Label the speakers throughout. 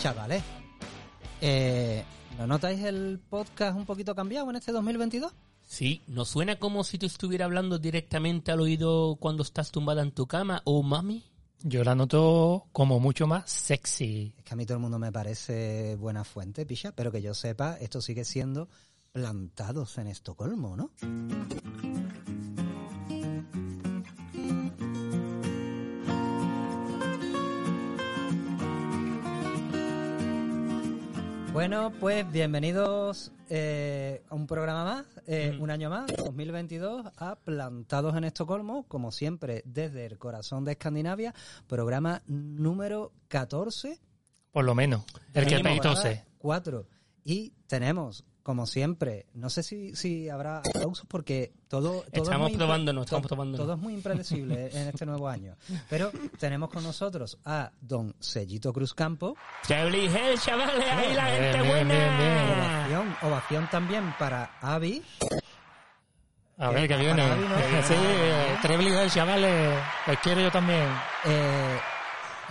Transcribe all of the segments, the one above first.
Speaker 1: Chavales, eh, ¿no notáis el podcast un poquito cambiado en este 2022?
Speaker 2: Sí, nos suena como si te estuviera hablando directamente al oído cuando estás tumbada en tu cama, oh mami.
Speaker 3: Yo la noto como mucho más sexy.
Speaker 1: Es que a mí todo el mundo me parece buena fuente, picha, pero que yo sepa, esto sigue siendo plantados en Estocolmo, ¿no? Bueno, pues bienvenidos eh, a un programa más, eh, un año más, 2022, a Plantados en Estocolmo, como siempre, desde el corazón de Escandinavia, programa número 14.
Speaker 3: Por lo menos. El que entonces.
Speaker 1: 4. Y tenemos, como siempre, no sé si, si habrá aplausos porque todo, todo es
Speaker 2: Estamos
Speaker 1: muy impre-
Speaker 2: probándonos, estamos
Speaker 1: to-
Speaker 2: probándonos.
Speaker 1: Todo es muy impredecible en este nuevo año. Pero tenemos con nosotros a don Sellito Cruz Campo.
Speaker 2: Chavales, eh, chavales, ahí la
Speaker 3: Bien,
Speaker 2: gente
Speaker 3: bien,
Speaker 2: buena.
Speaker 3: bien,
Speaker 2: Ah.
Speaker 3: bien.
Speaker 1: Ovación, ovación también para Avi.
Speaker 3: A ver, que
Speaker 1: Ah,
Speaker 3: viene.
Speaker 1: no, no, no.
Speaker 3: Sí, eh, tres habilidades, chavales. Los quiero yo también.
Speaker 1: Eh,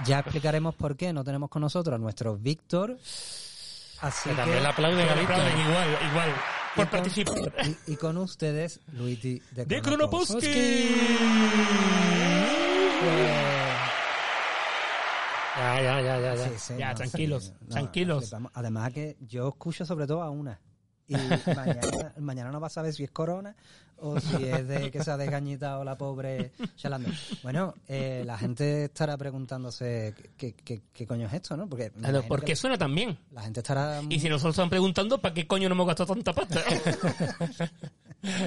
Speaker 1: ya explicaremos por qué no tenemos con nosotros a nuestro Víctor. Así
Speaker 3: Que también le aplauden a Víctor.
Speaker 2: Aplauden, igual, igual. Por
Speaker 1: Y con-
Speaker 2: participar.
Speaker 1: Y, y con ustedes, Luigi de,
Speaker 2: De
Speaker 1: Cronopos. Eh,
Speaker 3: Ya, ya, ya, ya. ya.
Speaker 1: sí, sí,
Speaker 2: Ya, tranquilos, tranquilos.
Speaker 1: flipamos. Además que yo escucho sobre todo a una. Y mañana, mañana no vas a saber si es corona o si es de que se ha desgañitado la pobre Shalanda. Bueno, eh, la gente estará preguntándose qué, qué- qué coño es esto, ¿no? Porque me
Speaker 2: Claro,
Speaker 1: imagino
Speaker 2: porque
Speaker 1: que
Speaker 2: suena tan bien.
Speaker 1: la gente estará... mm,
Speaker 2: Y si nosotros están preguntando, ¿para qué coño no hemos gastado tanta pasta?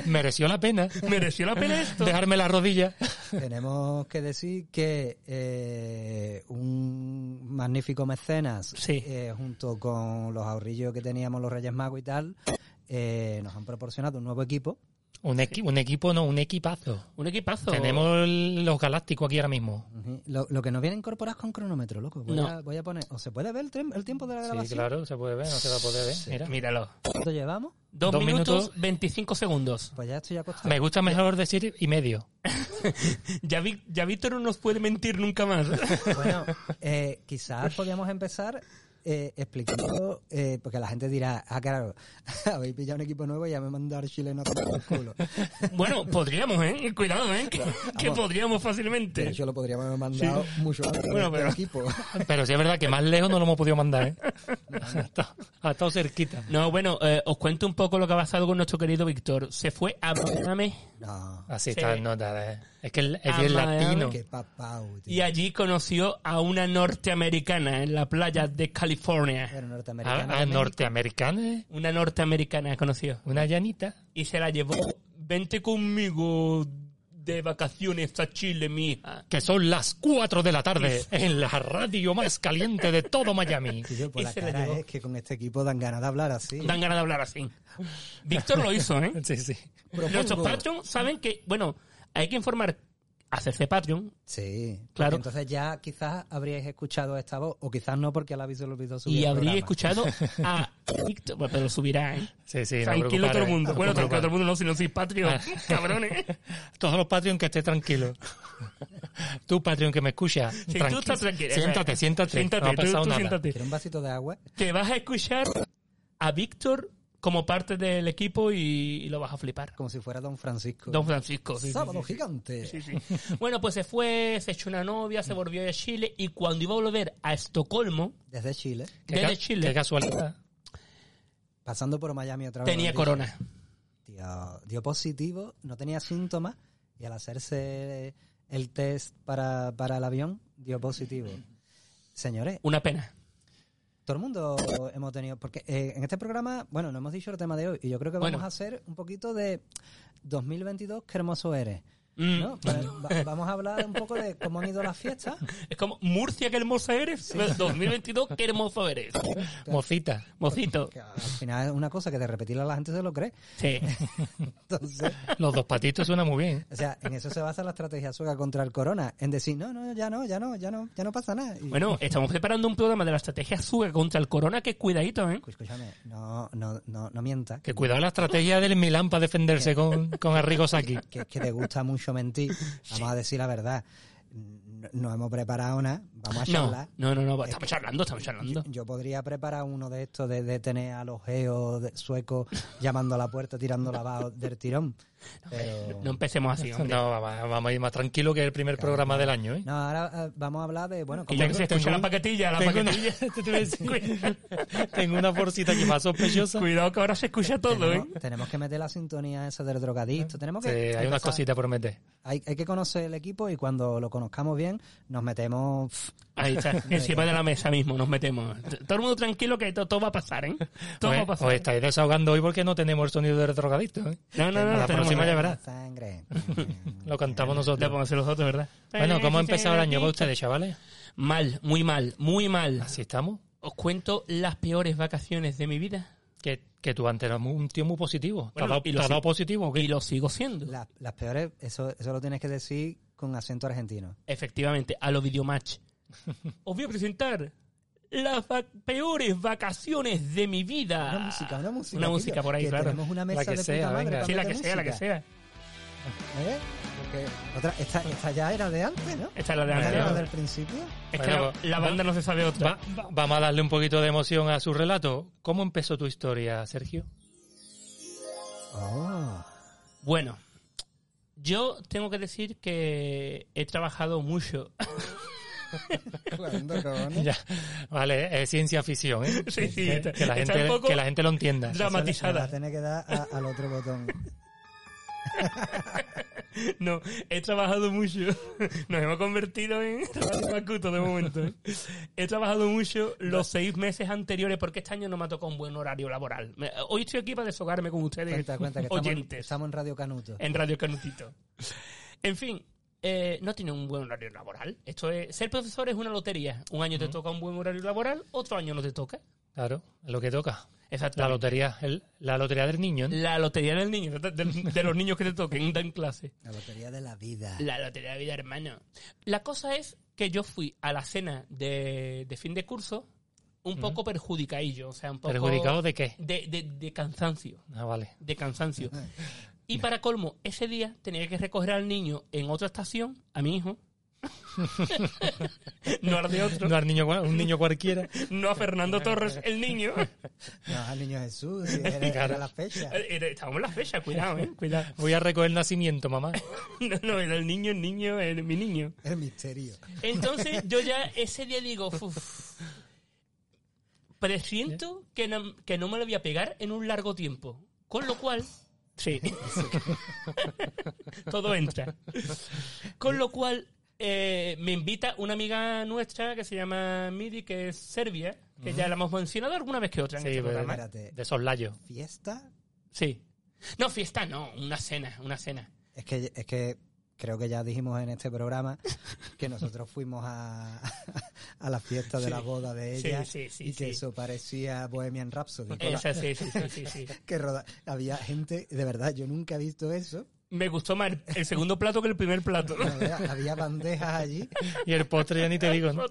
Speaker 3: Mereció la pena
Speaker 2: ¿Mereció la pena esto?
Speaker 3: dejarme la rodilla.
Speaker 1: Tenemos que decir que eh, un magnífico mecenas,
Speaker 2: Sí.
Speaker 1: eh, junto con los ahorrillos que teníamos los Reyes Magos y tal, eh, nos han proporcionado un nuevo equipo.
Speaker 3: Un, equi- un equipo, no, un equipazo.
Speaker 2: Un equipazo.
Speaker 3: Tenemos el- los galácticos aquí ahora mismo.
Speaker 1: Ujú. Lo, lo que nos viene incorporado es con cronómetro, loco. Voy,
Speaker 2: No.
Speaker 1: a, voy a poner. ¿O se puede ver el, tren- el tiempo de la grabación?
Speaker 3: Sí, claro, se puede ver, no se va a poder ver. Mira.
Speaker 2: Míralo.
Speaker 1: ¿Cuánto llevamos?
Speaker 2: Dos,
Speaker 3: Dos
Speaker 2: minutos,
Speaker 3: minutos.
Speaker 2: 25 segundos.
Speaker 1: Pues ya estoy acostado.
Speaker 3: Me gusta mejor decir y medio.
Speaker 2: Ya, vi- ya Víctor no nos puede mentir nunca más.
Speaker 1: Bueno, eh, quizás podíamos empezar eh, explicando, eh, porque la gente dirá, ah, claro, habéis pillado un equipo nuevo y ya me mandaron chileno a tomar por culo.
Speaker 2: bueno, podríamos, ¿eh? Cuidado, ¿eh? Que, que podríamos fácilmente.
Speaker 1: Pero yo lo podría haber mandado mucho antes del
Speaker 2: Bueno, pero-
Speaker 1: equipo.
Speaker 3: Pero sí es verdad que más lejos no lo hemos podido mandar, ¿eh? Ha estado- ha estado cerquita.
Speaker 2: No, bueno, eh, os cuento un poco lo que ha pasado con nuestro querido Víctor. Se fue a Miami
Speaker 1: No,
Speaker 3: Así
Speaker 2: Sí.
Speaker 3: está, no, da- da- es que el- es
Speaker 2: Ah,
Speaker 3: bien
Speaker 2: madre,
Speaker 3: latino.
Speaker 1: qué papau, tío.
Speaker 2: y allí conoció a una norteamericana en la playa de California.
Speaker 1: Pero norteamericano.
Speaker 3: A, a
Speaker 2: Ah,
Speaker 1: también.
Speaker 3: norteamericanos,
Speaker 2: Una norteamericana conoció.
Speaker 3: ¿eh? una llanita.
Speaker 2: Y se la llevó. Vente conmigo de vacaciones a Chile, mija.
Speaker 3: Que son las 4 de la tarde en la radio más caliente de todo Miami.
Speaker 1: Tío, por
Speaker 2: y
Speaker 1: la
Speaker 2: se la
Speaker 1: cara
Speaker 2: llevó.
Speaker 1: es que con este equipo dan ganas de hablar así.
Speaker 2: Dan ganas de hablar así. Víctor lo hizo, ¿eh?
Speaker 3: Sí, sí.
Speaker 2: Nuestros Patreon saben que, bueno, hay que informar. Hacerse Patreon.
Speaker 1: Sí, porque
Speaker 2: Claro.
Speaker 1: Entonces ya quizás habríais escuchado esta voz, o quizás no, porque la habéis olvidado subir.
Speaker 2: Y
Speaker 1: al
Speaker 2: habría
Speaker 1: programa.
Speaker 2: escuchado a Víctor. Bueno, Pero subirá, ¿eh?
Speaker 3: Sí, sí, no ¿eh?
Speaker 2: tranquilo
Speaker 3: preocuparos,
Speaker 2: todo el mundo.
Speaker 3: no
Speaker 2: bueno, tranquilo
Speaker 3: preocuparos.
Speaker 2: todo el mundo, no, si no sois Patreon,
Speaker 3: Ah.
Speaker 2: cabrones.
Speaker 3: Todos los Patreon que esté tranquilo. Tú, Patreon, que me escuchas.
Speaker 2: Si tú
Speaker 3: tranqui-
Speaker 2: estás tranquilo.
Speaker 3: Siéntate, siéntate.
Speaker 2: Siéntate,
Speaker 3: no ha
Speaker 2: tú-
Speaker 3: pasado
Speaker 2: tú
Speaker 3: nada.
Speaker 2: siéntate.
Speaker 1: ¿Quieres un vasito de agua?
Speaker 2: Te vas a escuchar a Víctor como parte del equipo y, y lo vas a flipar.
Speaker 1: Como si fuera Don Francisco.
Speaker 2: Don Francisco. sí, sí,
Speaker 1: Sábado
Speaker 2: sí, sí.
Speaker 1: gigante.
Speaker 2: Sí, sí. Bueno, pues se fue, se echó una novia, se volvió a Chile y cuando iba a volver a Estocolmo,
Speaker 1: Desde Chile,
Speaker 3: Qué ca-
Speaker 2: desde
Speaker 3: Qué
Speaker 2: Chile,
Speaker 3: casualidad.
Speaker 1: pasando por Miami otra vez.
Speaker 2: tenía
Speaker 1: Dice,
Speaker 2: corona.
Speaker 1: tío, dio positivo, no tenía síntomas, y al hacerse el test para, para el avión, dio positivo. Señores,
Speaker 2: Una pena.
Speaker 1: Todo el mundo hemos tenido, porque eh, en este programa, bueno, no hemos dicho el tema de hoy, y yo creo que vamos
Speaker 2: Bueno.
Speaker 1: a hacer un poquito de 2022, qué hermoso eres.
Speaker 2: Mm.
Speaker 1: ¿no? Pues va- vamos a hablar un poco de cómo han ido las fiestas.
Speaker 2: Es como, Murcia, qué hermosa eres. 2022, qué hermoso eres.
Speaker 3: Mocita.
Speaker 2: Mocito.
Speaker 1: Que al final es una cosa que de repetirla la gente se lo cree.
Speaker 2: Sí.
Speaker 1: Entonces,
Speaker 3: Los dos patitos suena muy bien.
Speaker 1: o sea, en eso se basa la estrategia sueca contra el corona, en decir, no, no, ya no, ya no, ya no, ya no pasa nada. Y-
Speaker 2: Bueno, estamos preparando un programa de la estrategia sueca contra el corona, que cuidadito, ¿eh?
Speaker 1: Escu- Escúchame, no, no, no, no mientas.
Speaker 3: Que cuidado la estrategia del Milán para defenderse con, con Arrigo Sacchi.
Speaker 1: que es que te gusta mucho mentir. Vamos a decir la verdad. No, no hemos preparado nada, vamos a
Speaker 2: No,
Speaker 1: charlar.
Speaker 2: no, no, no, estamos charlando, estamos charlando.
Speaker 1: Yo, yo podría preparar uno de estos de, de tener a los geos de- suecos llamando a la puerta, tirándola abajo del tirón. Pero...
Speaker 2: No empecemos así, hombre.
Speaker 3: No, va- vamos a ir más tranquilo que el primer programa del año, ¿eh?
Speaker 1: No, ahora eh, vamos a hablar de, bueno,
Speaker 2: Que
Speaker 1: cómo-
Speaker 2: ya que se escucha
Speaker 3: Tengo-
Speaker 2: la paquetilla, la
Speaker 3: tengo una-
Speaker 2: paquetilla.
Speaker 3: te voy a decir, Tengo una forcita aquí más sospechosa.
Speaker 2: Cuidado que ahora se escucha todo, ¿eh?
Speaker 1: tenemos, tenemos que meter la sintonía esa del drogadicto. Tenemos
Speaker 3: Sí,
Speaker 1: que
Speaker 3: hay unas
Speaker 1: empezar-
Speaker 3: cositas por meter.
Speaker 1: Hay, hay que conocer el equipo y cuando lo conozcamos bien, nos metemos pff,
Speaker 2: Ahí está, encima de la mesa mismo nos metemos. T- Todo el mundo tranquilo que to- todo va a pasar, ¿eh? Todo va a
Speaker 3: Os, os
Speaker 2: pasar.
Speaker 3: estáis desahogando hoy porque no tenemos el sonido del drogadicto, ¿eh?
Speaker 2: No, no, no,
Speaker 3: A
Speaker 2: no
Speaker 3: la
Speaker 2: tenemos
Speaker 3: próxima
Speaker 2: nada.
Speaker 3: ya verás.
Speaker 1: sangre.
Speaker 3: Lo cantamos
Speaker 2: Ya
Speaker 3: nosotros.
Speaker 2: podemos hacer los otros, ¿verdad?
Speaker 3: Bueno, ¿cómo ha empezado el año para ustedes, chavales?
Speaker 2: Eh, Mal, muy mal, muy mal.
Speaker 3: Así estamos.
Speaker 2: Os cuento las peores vacaciones de mi vida.
Speaker 3: Que, que tú antes eras muy- un tío muy positivo. ¿Te
Speaker 2: Bueno,
Speaker 3: has dado,
Speaker 2: y
Speaker 3: te
Speaker 2: lo
Speaker 3: has dado
Speaker 2: sí.
Speaker 3: positivo? o qué?
Speaker 2: Y lo sigo siendo.
Speaker 1: La- las peores, eso, eso lo tienes que decir con acento argentino.
Speaker 2: Efectivamente, a los videomatch. Os voy a presentar las va- peores vacaciones de mi vida.
Speaker 1: Una música, una música.
Speaker 2: Ah, Una
Speaker 1: tío,
Speaker 2: música por ahí,
Speaker 1: que
Speaker 2: claro.
Speaker 1: Tenemos una mesa
Speaker 3: que
Speaker 1: de puta
Speaker 3: sea,
Speaker 1: madre
Speaker 3: venga.
Speaker 1: para
Speaker 2: Sí, la que
Speaker 1: meter
Speaker 2: sea, la que
Speaker 1: música.
Speaker 2: sea.
Speaker 1: ¿Eh? Porque otra, esta, esta ya era de antes, ¿no?
Speaker 2: Esta es la de
Speaker 1: Esta
Speaker 2: antes.
Speaker 1: era
Speaker 3: Bueno.
Speaker 1: la del principio.
Speaker 2: Es que
Speaker 3: Bueno,
Speaker 2: la, la banda no se sabe otra.
Speaker 3: Va- va- vamos a darle un poquito de emoción a su relato. ¿Cómo empezó tu historia, Sergio?
Speaker 1: Oh,
Speaker 2: Bueno, yo tengo que decir que he trabajado mucho.
Speaker 1: cuando cojones.
Speaker 3: Ya, vale, es ciencia ficción, ¿eh?
Speaker 2: ¿Eh? Sí, sí,
Speaker 3: Que,
Speaker 2: está-
Speaker 3: que la
Speaker 2: está
Speaker 3: gente,
Speaker 2: un poco
Speaker 3: que la gente lo entienda.
Speaker 1: Me la
Speaker 2: Dramatizada.
Speaker 1: tiene que dar a- al otro botón.
Speaker 2: No, he trabajado mucho. Nos hemos convertido en Radio Macuto de momento. ¿eh? He trabajado mucho los seis meses anteriores porque este año no me ha tocado un buen horario laboral. Me- Hoy estoy aquí para deshogarme con ustedes,
Speaker 1: Cuenta, cuenta, que estamos, en-
Speaker 2: oyentes, Eh.
Speaker 1: estamos en Radio Canuto.
Speaker 2: en Radio Canutito. En fin, eh, no tiene un buen horario laboral. Esto es, ser profesor es una lotería. Un año te toca un buen horario laboral, otro año no te toca.
Speaker 3: Claro, es lo que toca. La
Speaker 2: Exactamente.
Speaker 3: lotería, el- la lotería del niño, ¿no?
Speaker 2: La lotería del niño, de, de- de los niños que te toquen, dan clase.
Speaker 1: La lotería de la vida.
Speaker 2: La lotería de vida, hermano. La cosa es que yo fui a la cena de, de fin de curso un poco perjudicadillo, o sea, un poco...
Speaker 3: ¿Perjudicado de qué?
Speaker 2: De, de- de cansancio,
Speaker 3: Ah, vale.
Speaker 2: de cansancio. Y para colmo, ese día tenía que recoger al niño en otra estación, a mi hijo. no al de otro,
Speaker 3: No, al niño, cua- un niño cualquiera.
Speaker 2: no a Fernando Torres, el niño.
Speaker 1: No, al niño Jesús, si era, era
Speaker 3: Claro.
Speaker 1: la fecha.
Speaker 2: Era- Estábamos Eh, en la fecha, cuidado, eh, cuidado.
Speaker 3: Voy a recoger nacimiento, mamá.
Speaker 2: No, no, era el niño, el niño, el- mi niño.
Speaker 1: El misterio.
Speaker 2: Entonces yo ya ese día digo, "Uf, presiento que no, que no me lo voy a pegar en un largo tiempo. Con lo cual, sí, todo entra. Con lo cual eh, me invita una amiga nuestra que se llama Midi, que es serbia, que ya la hemos mencionado alguna vez que otra en
Speaker 3: Sí,
Speaker 2: este
Speaker 3: pero-
Speaker 2: programa.
Speaker 1: Espérate,
Speaker 3: De soslayo.
Speaker 1: ¿fiesta?
Speaker 2: Sí. No, fiesta no, una cena, una cena.
Speaker 1: Es que, es que creo que ya dijimos en este programa que nosotros fuimos a, a la fiesta de
Speaker 2: Sí.
Speaker 1: la boda de
Speaker 2: Sí,
Speaker 1: ella
Speaker 2: sí, sí,
Speaker 1: y que
Speaker 2: sí.
Speaker 1: eso parecía Bohemian Rhapsody. con la-
Speaker 2: Esa, sí, sí, sí, sí, sí.
Speaker 1: que roda- había gente, de verdad, yo nunca he visto eso.
Speaker 2: Me gustó más el segundo plato que el primer plato.
Speaker 1: Había, había bandejas allí
Speaker 3: Y el postre ya ni te digo, ¿no?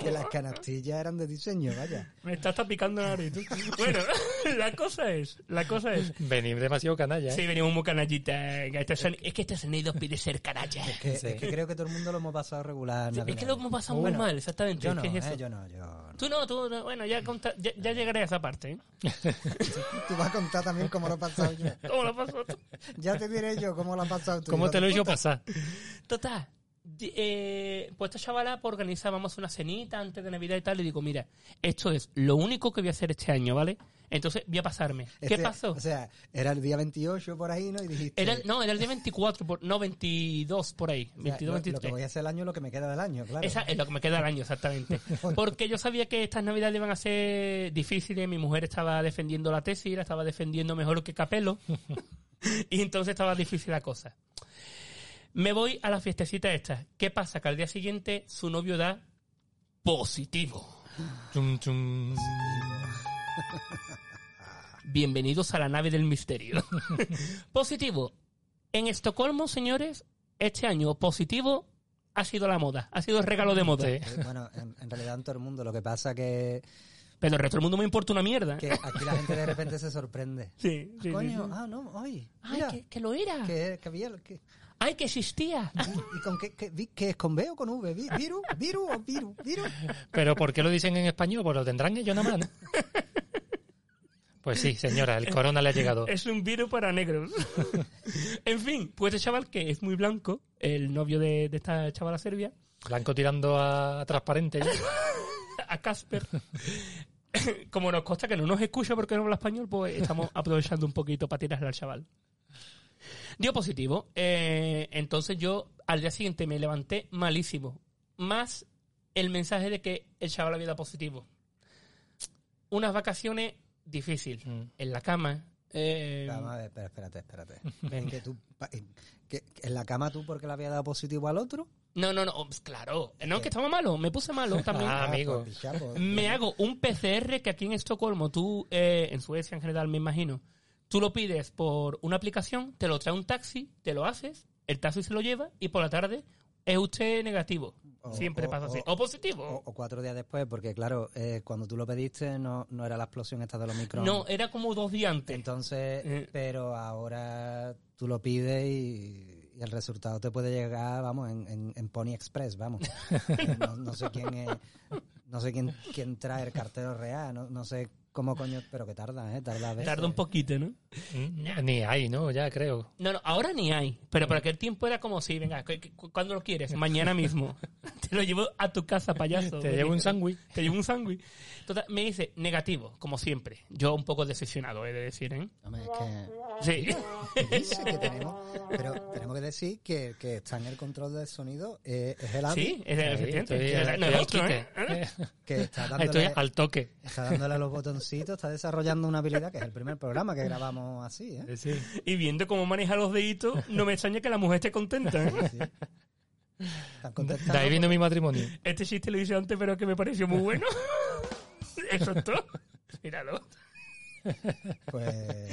Speaker 1: que las canastillas eran de diseño, vaya.
Speaker 2: Me está hasta picando la nariz. tú. Bueno, la cosa es, la cosa es.
Speaker 3: Venir demasiado canalla, ¿eh?
Speaker 2: Sí, venimos muy canallita. Este son- es que Estados Unidos pide ser canalla.
Speaker 1: Que,
Speaker 3: Sí.
Speaker 1: Es que creo que todo el mundo lo hemos pasado regular. en
Speaker 2: Es que
Speaker 1: Navidad.
Speaker 2: lo hemos pasado muy
Speaker 1: Bueno,
Speaker 2: mal, exactamente.
Speaker 1: Yo
Speaker 2: es
Speaker 1: no,
Speaker 2: que es eso.
Speaker 1: eh, yo no, yo no.
Speaker 2: Tú no, tú no. Bueno, ya, conta- ya, ya llegaré a esa parte. ¿eh?
Speaker 1: Tú vas a contar también cómo lo he pasado yo.
Speaker 2: ¿Cómo lo pasó tú?
Speaker 1: Ya te diré yo cómo lo has pasado tú.
Speaker 3: ¿Cómo
Speaker 1: hijo
Speaker 3: te
Speaker 1: de
Speaker 3: lo he hecho
Speaker 1: puta.
Speaker 3: pasar?
Speaker 2: Total. di- eh, pues esta chavala pues, organiza, vamos, una cenita antes de Navidad y tal. Y digo, mira, esto es lo único que voy a hacer este año, ¿vale? Entonces voy a pasarme. ¿Qué
Speaker 1: Este,
Speaker 2: pasó?
Speaker 1: O sea, era el día 28 por ahí, ¿no? Y dijiste.
Speaker 2: Era, el- no, era el día 24, por, no, 22 por ahí.
Speaker 1: o sea,
Speaker 2: 22,
Speaker 1: lo, lo
Speaker 2: 23.
Speaker 1: que voy a hacer el año es lo que me queda del año, claro.
Speaker 2: Esa es lo que me queda al año, exactamente. Porque yo sabía que estas navidades iban a ser difíciles. Mi mujer estaba defendiendo la tesis, la estaba defendiendo mejor que Capello. y entonces estaba difícil la cosa. Me voy a la fiestecita esta. ¿Qué pasa? Que al día siguiente su novio da positivo.
Speaker 3: Chum, chum.
Speaker 2: Bienvenidos a la nave del misterio. positivo. En Estocolmo, señores, este año positivo ha sido la moda, ha sido el regalo de moda.
Speaker 1: Eh, Bueno, en, en realidad en todo el mundo. Lo que pasa que,
Speaker 2: Pero el resto del mundo me importa una mierda.
Speaker 1: que aquí la gente de repente se sorprende.
Speaker 2: Sí, sí, sí,
Speaker 1: Coño,
Speaker 2: sí.
Speaker 1: ah, no, hoy.
Speaker 2: Ay,
Speaker 1: Mira,
Speaker 2: que, que lo era.
Speaker 1: que, que había- que-
Speaker 2: Ay, que existía.
Speaker 1: ¿Y con qué, qué- vi- qué es con B o con V? Vi- ¿Viru? ¿Viru o viru? ¿Viru?
Speaker 3: Pero ¿por qué lo dicen en español? Pues lo tendrán ellos nada más. ¿no? Pues sí, señora, el corona le ha llegado.
Speaker 2: Es un virus para negros. en fin, pues este chaval que es muy blanco, el novio de, de esta chavala serbia,
Speaker 3: Blanco tirando a transparente. ya.
Speaker 2: a Casper. Como nos consta que no nos escucha porque no habla español, pues estamos aprovechando un poquito para tirarle al chaval. Dio positivo. eh, entonces yo al día siguiente me levanté malísimo. Más el mensaje de que el chaval había dado positivo. Unas vacaciones difíciles.
Speaker 3: Mm.
Speaker 2: En la cama. eh,
Speaker 1: Vamos a ver, espera, espérate, espérate. Es que tú, pa- eh, que- que en la cama tú porque le había dado positivo al otro.
Speaker 2: No, no, no, pues, claro. No, que estaba malo, me puse malo también.
Speaker 3: Ah, amigo.
Speaker 1: pues, picha, pues,
Speaker 2: me hago un PCR que aquí en Estocolmo, tú, eh, en Suecia en general, me imagino, tú lo pides por una aplicación, te lo trae un taxi, te lo haces, el taxi se lo lleva y por la tarde es usted negativo.
Speaker 1: O-
Speaker 2: Siempre
Speaker 1: o-
Speaker 2: pasa así.
Speaker 1: o-
Speaker 2: O positivo.
Speaker 1: O, o cuatro días después, porque claro, eh, cuando tú lo pediste no, no era la explosión esta de los micros.
Speaker 2: no, era como dos días antes.
Speaker 1: Entonces,
Speaker 2: Eh.
Speaker 1: pero ahora tú lo pides y, y el resultado te puede llegar, vamos, en, en- en Pony Express, vamos. No, no sé quién es, no sé quién, quién trae el cartero real, no, no sé cómo coño, pero que tarda, ¿eh? Tarda a veces.
Speaker 2: Tarda un poquito, ¿no?
Speaker 3: Mm, Ni hay, ¿no? Ya creo.
Speaker 2: No, no, ahora ni hay. Pero por aquel tiempo era como, sí, venga, cu- cu- cuando lo quieres? Mañana mismo. te lo llevo a tu casa, payaso.
Speaker 3: Te llevo un
Speaker 2: sándwich.
Speaker 3: sándwich.
Speaker 2: Te llevo un sándwich. Total, me dice negativo, como siempre. Yo un poco decepcionado, he de decir, ¿eh?
Speaker 1: Hombre, es que-
Speaker 2: Sí.
Speaker 1: sí que tenemos, pero tenemos que decir que, que está en el control del sonido, eh, es el Andy
Speaker 2: Sí, es
Speaker 3: Ahí,
Speaker 2: eficiente.
Speaker 3: estoy-
Speaker 2: no
Speaker 3: estoy
Speaker 2: es
Speaker 3: al
Speaker 2: otro, ¿eh?
Speaker 3: quite.
Speaker 1: que está
Speaker 3: Estoy
Speaker 1: dándole,
Speaker 3: al toque.
Speaker 1: está dándole a los botoncitos, está desarrollando una habilidad que es el primer programa que grabamos así, ¿eh?
Speaker 3: Sí.
Speaker 2: Y viendo cómo maneja los deditos, no me extraña que la mujer esté contenta, ¿eh?
Speaker 1: Sí. Están
Speaker 3: De
Speaker 1: contestando
Speaker 3: ahí vino mi matrimonio.
Speaker 2: Este chiste lo hice antes, pero que me pareció muy bueno. Eso es todo. Míralo.
Speaker 1: Pues.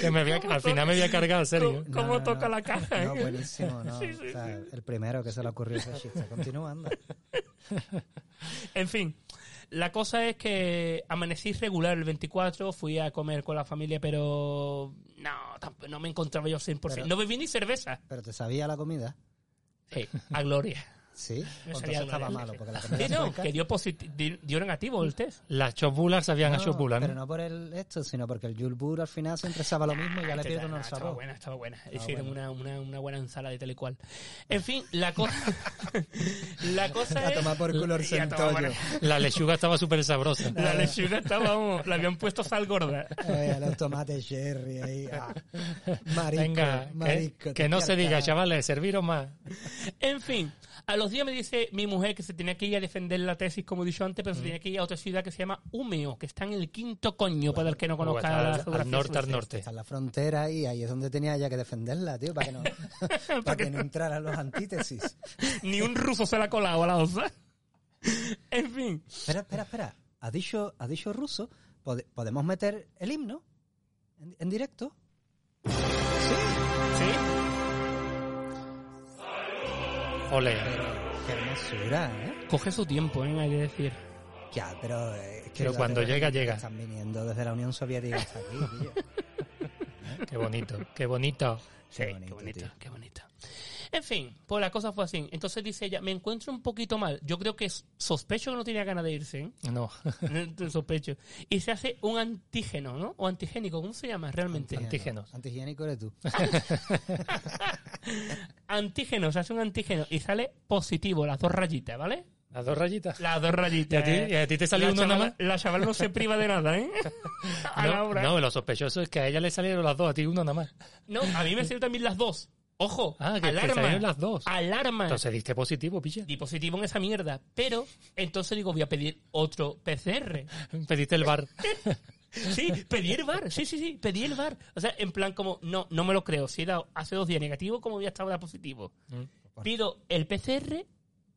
Speaker 3: Que me voy a- al final me voy a cargar, en serio.
Speaker 2: ¿Cómo, cómo
Speaker 1: No, no,
Speaker 2: toca
Speaker 1: no.
Speaker 2: la caja,
Speaker 1: No,
Speaker 2: eh?
Speaker 1: buenísimo, ¿no?
Speaker 2: Sí, sí,
Speaker 1: O sea, el primero que se le ocurrió ese chiste. Continuando.
Speaker 2: En fin, la cosa es que amanecí regular el 24, fui a comer con la familia, pero no, tamp- no me encontraba yo 100%.
Speaker 1: Pero-
Speaker 2: no bebí ni cerveza.
Speaker 1: Pero te sabía la comida.
Speaker 2: Sí, a gloria.
Speaker 1: Sí.
Speaker 2: Me
Speaker 1: Entonces
Speaker 2: sabía
Speaker 1: estaba
Speaker 2: gloria.
Speaker 1: malo, porque la
Speaker 2: Sí,
Speaker 1: comida
Speaker 2: no,
Speaker 1: sueca-
Speaker 2: que dio, posit- di- dio negativo el test.
Speaker 3: Las chopulas sabían a
Speaker 1: No,
Speaker 3: chopulas,
Speaker 1: Pero
Speaker 3: ¿no?
Speaker 1: no por el esto, sino porque el Yulbur al final siempre sabe lo mismo y ya le
Speaker 2: Este,
Speaker 1: pierdo
Speaker 2: no,
Speaker 1: el
Speaker 2: Estaba
Speaker 1: sabor.
Speaker 2: buena, estaba buena.
Speaker 1: Estaba
Speaker 2: Hicieron
Speaker 1: buena.
Speaker 2: Una, una, una buena ensalada y tal y cual. En fin, la cosa. la cosa
Speaker 1: A
Speaker 2: es.
Speaker 1: tomar por culo el
Speaker 2: Y a tomar por-
Speaker 1: centollo.
Speaker 3: La lechuga estaba súper sabrosa.
Speaker 2: La lechuga estaba, vamos, le habían puesto sal gorda.
Speaker 1: Eh, los tomates cherry ahí. ah. Marisco,
Speaker 3: Venga, que-
Speaker 1: marisco.
Speaker 3: que,
Speaker 1: te
Speaker 3: no se
Speaker 1: pierdas.
Speaker 3: diga, chavales, serviros más.
Speaker 2: En fin, a los días me dice mi mujer que se tenía que ir a defender la tesis, como he dicho antes, pero se tenía que ir a otra ciudad que se llama Umeo, que está en el quinto coño, para el que no
Speaker 3: O
Speaker 2: conozca
Speaker 3: Pues al-
Speaker 2: la
Speaker 3: al
Speaker 2: geografía
Speaker 3: norte, al
Speaker 2: suiza.
Speaker 3: norte.
Speaker 1: Está en la frontera y ahí es donde tenía ya que defenderla, tío, para que no, para que no entraran los antítesis.
Speaker 2: Ni un ruso se la ha colado a la osa. En fin,
Speaker 1: Espera, espera, espera. ¿Ha dicho, ha dicho ruso? ¿Pod- ¿Podemos meter el himno en, en directo?
Speaker 2: sí.
Speaker 3: Ole.
Speaker 1: Qué hermosura, ¿eh?
Speaker 2: Coge su tiempo, ¿eh? Hay que decir.
Speaker 1: Ya, pero... eh, es que
Speaker 3: Pero
Speaker 1: ya
Speaker 3: cuando
Speaker 1: te-
Speaker 3: llega, llega.
Speaker 1: Están viniendo desde la Unión Soviética hasta aquí, tío.
Speaker 3: Qué bonito, qué bonito.
Speaker 2: Sí,
Speaker 1: Qué
Speaker 2: qué bonito,
Speaker 1: bonito, tío.
Speaker 2: qué bonito. En fin, pues la cosa fue así. Entonces dice ella, me encuentro un poquito mal. Yo creo que s- sospecho que no tenía ganas de irse, ¿eh?
Speaker 3: No,
Speaker 2: Te sospecho. Y se hace un antígeno, ¿no? O antigénico, ¿cómo se llama realmente?
Speaker 3: Antígeno. Antígenos.
Speaker 1: Antihigiénico eres tú.
Speaker 2: Antígeno, se hace un antígeno y sale positivo, las dos rayitas, ¿vale?
Speaker 3: las dos rayitas.
Speaker 2: Las dos rayitas.
Speaker 3: ¿Y a ti-
Speaker 2: eh.
Speaker 3: y a ti te salió
Speaker 2: La
Speaker 3: uno
Speaker 2: chavala-
Speaker 3: nada más?
Speaker 2: La chaval no se priva de nada, ¿eh? A la
Speaker 3: No,
Speaker 2: hora.
Speaker 3: no, lo sospechoso es que a ella le salieron las dos, a ti uno nada más.
Speaker 2: No, a mí me salieron también las dos. Ojo,
Speaker 3: Ah, que te
Speaker 2: alarma.
Speaker 3: salieron las dos.
Speaker 2: Alarma.
Speaker 3: Entonces diste positivo, pilla.
Speaker 2: di positivo en esa mierda. Pero entonces digo, voy a pedir otro PCR.
Speaker 3: Pediste el bar.
Speaker 2: Sí, pedí el bar. Sí, sí, sí, pedí el bar. O sea, en plan como, no, no me lo creo. Si he dado hace dos días negativo, como voy a estar ahora positivo? Pido el PCR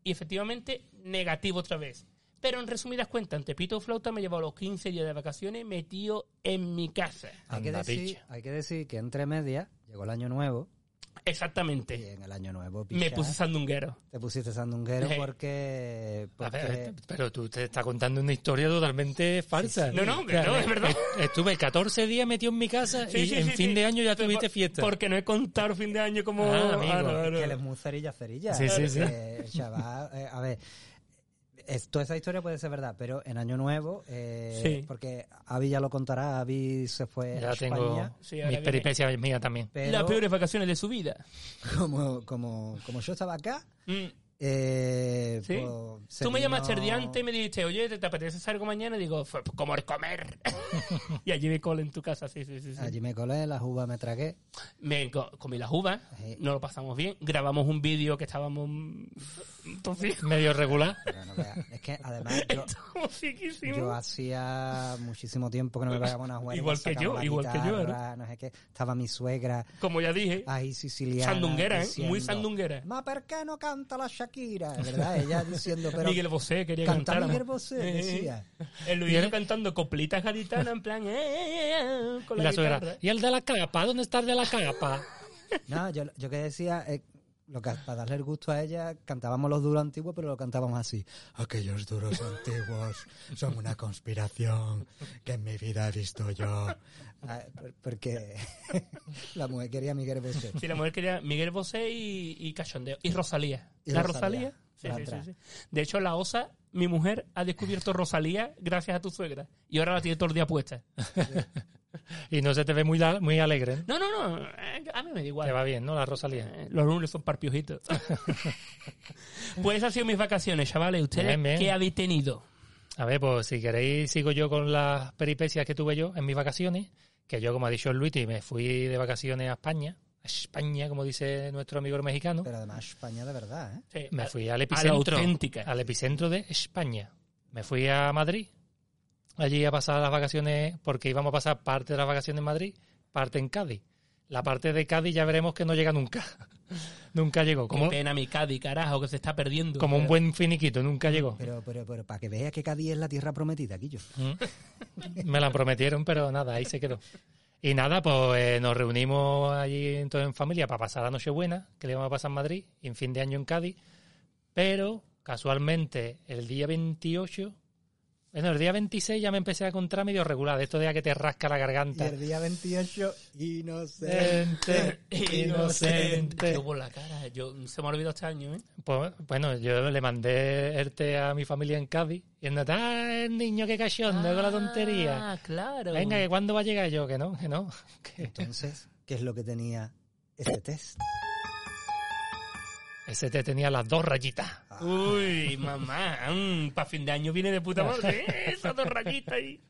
Speaker 2: y efectivamente negativo otra vez. Pero en resumidas cuentas, ante Pito Flauta me he llevado los 15 días de vacaciones metido en mi casa.
Speaker 1: Hay que,
Speaker 3: Anda,
Speaker 1: decir,
Speaker 3: picha.
Speaker 1: hay que decir que entre medias llegó el año nuevo y
Speaker 2: Exactamente.
Speaker 1: en el año nuevo
Speaker 2: Me
Speaker 1: picha,
Speaker 2: puse sandunguero.
Speaker 1: te pusiste sandunguero
Speaker 2: Sí.
Speaker 1: porque,
Speaker 3: A
Speaker 1: porque
Speaker 3: ver, pero tú te estás contando una historia totalmente falsa.
Speaker 2: Este- No, no,
Speaker 3: O sea,
Speaker 2: no, es verdad.
Speaker 3: est- Estuve 14 días metido en mi casa
Speaker 2: Sí,
Speaker 3: y
Speaker 2: sí,
Speaker 3: en
Speaker 2: sí,
Speaker 3: fin
Speaker 2: sí.
Speaker 3: de año ya
Speaker 2: Pero
Speaker 3: tuviste
Speaker 2: por-
Speaker 3: fiesta.
Speaker 2: Porque no he contado el fin de año como...
Speaker 3: Ah, amigo.
Speaker 1: es que él es muy cerilla cerilla.
Speaker 3: Sí, sí, sí.
Speaker 1: Eh, el chaval, eh, a ver, es- toda esa historia puede ser verdad, pero en año nuevo, eh,
Speaker 2: Sí.
Speaker 1: porque Avi ya lo contará, Avi se fue a
Speaker 3: ya
Speaker 1: España.
Speaker 3: tengo
Speaker 2: Sí, ahora
Speaker 3: mis
Speaker 2: viene.
Speaker 3: peripecias mías también.
Speaker 1: Pero
Speaker 2: Las peores vacaciones de su vida.
Speaker 1: como, como, como yo estaba acá,
Speaker 2: Mm.
Speaker 1: eh,
Speaker 2: Sí.
Speaker 1: pues, se
Speaker 2: Tú me
Speaker 1: vino-
Speaker 2: llamaste el día antes y me dijiste, oye, ¿te, te apetece hacer algo mañana? Y digo, "Fue como el comer. y allí me colé en tu casa, sí, sí, sí. sí.
Speaker 1: Allí me colé, las uvas me tragué.
Speaker 2: Me co- comí las uvas,
Speaker 1: Sí.
Speaker 2: no lo pasamos bien, grabamos un vídeo que estábamos... mm, Entonces,
Speaker 3: Medio regular.
Speaker 1: Pero no veas, es que además yo,
Speaker 2: estábamos fiquísimos.
Speaker 1: yo hacía muchísimo tiempo que no me pegaba una juega.
Speaker 2: Igual que yo, igual que yo, ¿eh? ¿no?
Speaker 1: No sé qué. Estaba mi suegra
Speaker 2: Como ya dije,
Speaker 1: ahí siciliana.
Speaker 2: sandunguera, ¿eh? Muy
Speaker 1: diciendo,
Speaker 2: sandunguera.
Speaker 1: Ma, ¿por qué no canta la Shakira? ¿Verdad? Ella diciendo, pero...
Speaker 2: Miguel Bosé Eh, quería
Speaker 1: canta
Speaker 2: cantar.
Speaker 1: Miguel Bosé, decía.
Speaker 2: El Luis cantando coplitas gaditanas en plan... eh, eh, eh, con
Speaker 3: Y
Speaker 2: la,
Speaker 3: la suegra.
Speaker 2: guitarra.
Speaker 3: ¿Y el de la capa? ¿Dónde está el de la capa?
Speaker 1: No, yo, yo que decía... eh, lo que, para darle el gusto a ella, cantábamos los duros antiguos, pero lo cantábamos así.
Speaker 4: Aquellos duros antiguos son una conspiración que en mi vida he visto yo.
Speaker 1: Ah, por- Porque la mujer quería a Miguel Bosé.
Speaker 2: Sí, la mujer quería Miguel Bosé y, y Cachondeo. Y Rosalía.
Speaker 1: Y
Speaker 2: ¿La
Speaker 1: Rosalía.
Speaker 2: Rosalía? Sí, sí,
Speaker 1: Atrás.
Speaker 2: sí, sí. De hecho, la osa, mi mujer, ha descubierto Rosalía gracias a tu suegra. Y ahora la tiene todo el día puesta.
Speaker 3: Y no se te ve muy, la- muy alegre. ¿no?
Speaker 2: No, no, no. eh, A mí me da
Speaker 3: Te
Speaker 2: igual.
Speaker 3: va bien, ¿no? La Rosalía.
Speaker 2: Eh, Los lunes son parpiojitos. pues esas han sido mis vacaciones, chavales. ¿Ustedes
Speaker 3: Bien, bien.
Speaker 2: qué habéis tenido?
Speaker 3: A ver, pues si queréis sigo yo con las peripecias que tuve yo en mis vacaciones, que yo, como ha dicho Luis, me fui de vacaciones a España, a España, como dice nuestro amigo el mexicano,
Speaker 1: Pero además España de verdad, ¿eh?
Speaker 2: Sí,
Speaker 3: me
Speaker 2: a-
Speaker 3: fui al
Speaker 2: a la
Speaker 3: epicentro,
Speaker 2: auténtica.
Speaker 3: al epicentro de España. Me fui a Madrid, allí a pasar las vacaciones, porque íbamos a pasar parte de las vacaciones en Madrid, parte en Cádiz. La parte de Cádiz ya veremos que no llega nunca, nunca llegó,
Speaker 2: Como
Speaker 3: como,
Speaker 2: pena mi Cádiz, carajo, que se está perdiendo.
Speaker 3: como un buen finiquito, nunca llegó.
Speaker 1: Pero, pero, pero para que veas que Cádiz es la tierra prometida, Quillo.
Speaker 3: Mm. Me la prometieron, pero nada, ahí se quedó. Y nada, pues eh, nos reunimos allí en, en familia para pasar la Nochebuena, que le vamos a pasar en Madrid, y en fin de año en Cádiz. Pero casualmente, el día 28, bueno, el día 26 ya me empecé a encontrar medio regular, de esto de a que te rasca la
Speaker 1: Y
Speaker 3: garganta.
Speaker 1: el día 28,
Speaker 2: Eh,
Speaker 1: inocente.
Speaker 3: Inocente,
Speaker 2: Yo por la cara, yo, se me ha olvidado este año, ¿eh?
Speaker 3: Pues, bueno, yo le mandé ERTE a mi familia en Cádiz, y en ah, el niño que cachondo con la tontería.
Speaker 2: Ah, claro.
Speaker 3: Venga, que cuándo va a llegar yo, que no, que no. que-
Speaker 1: Entonces, ¿qué es lo que tenía ese test?
Speaker 3: Ese te tenía las dos rayitas.
Speaker 2: Uy, mamá, para fin de año viene de puta madre. ¿eh? Esas dos rayitas ahí.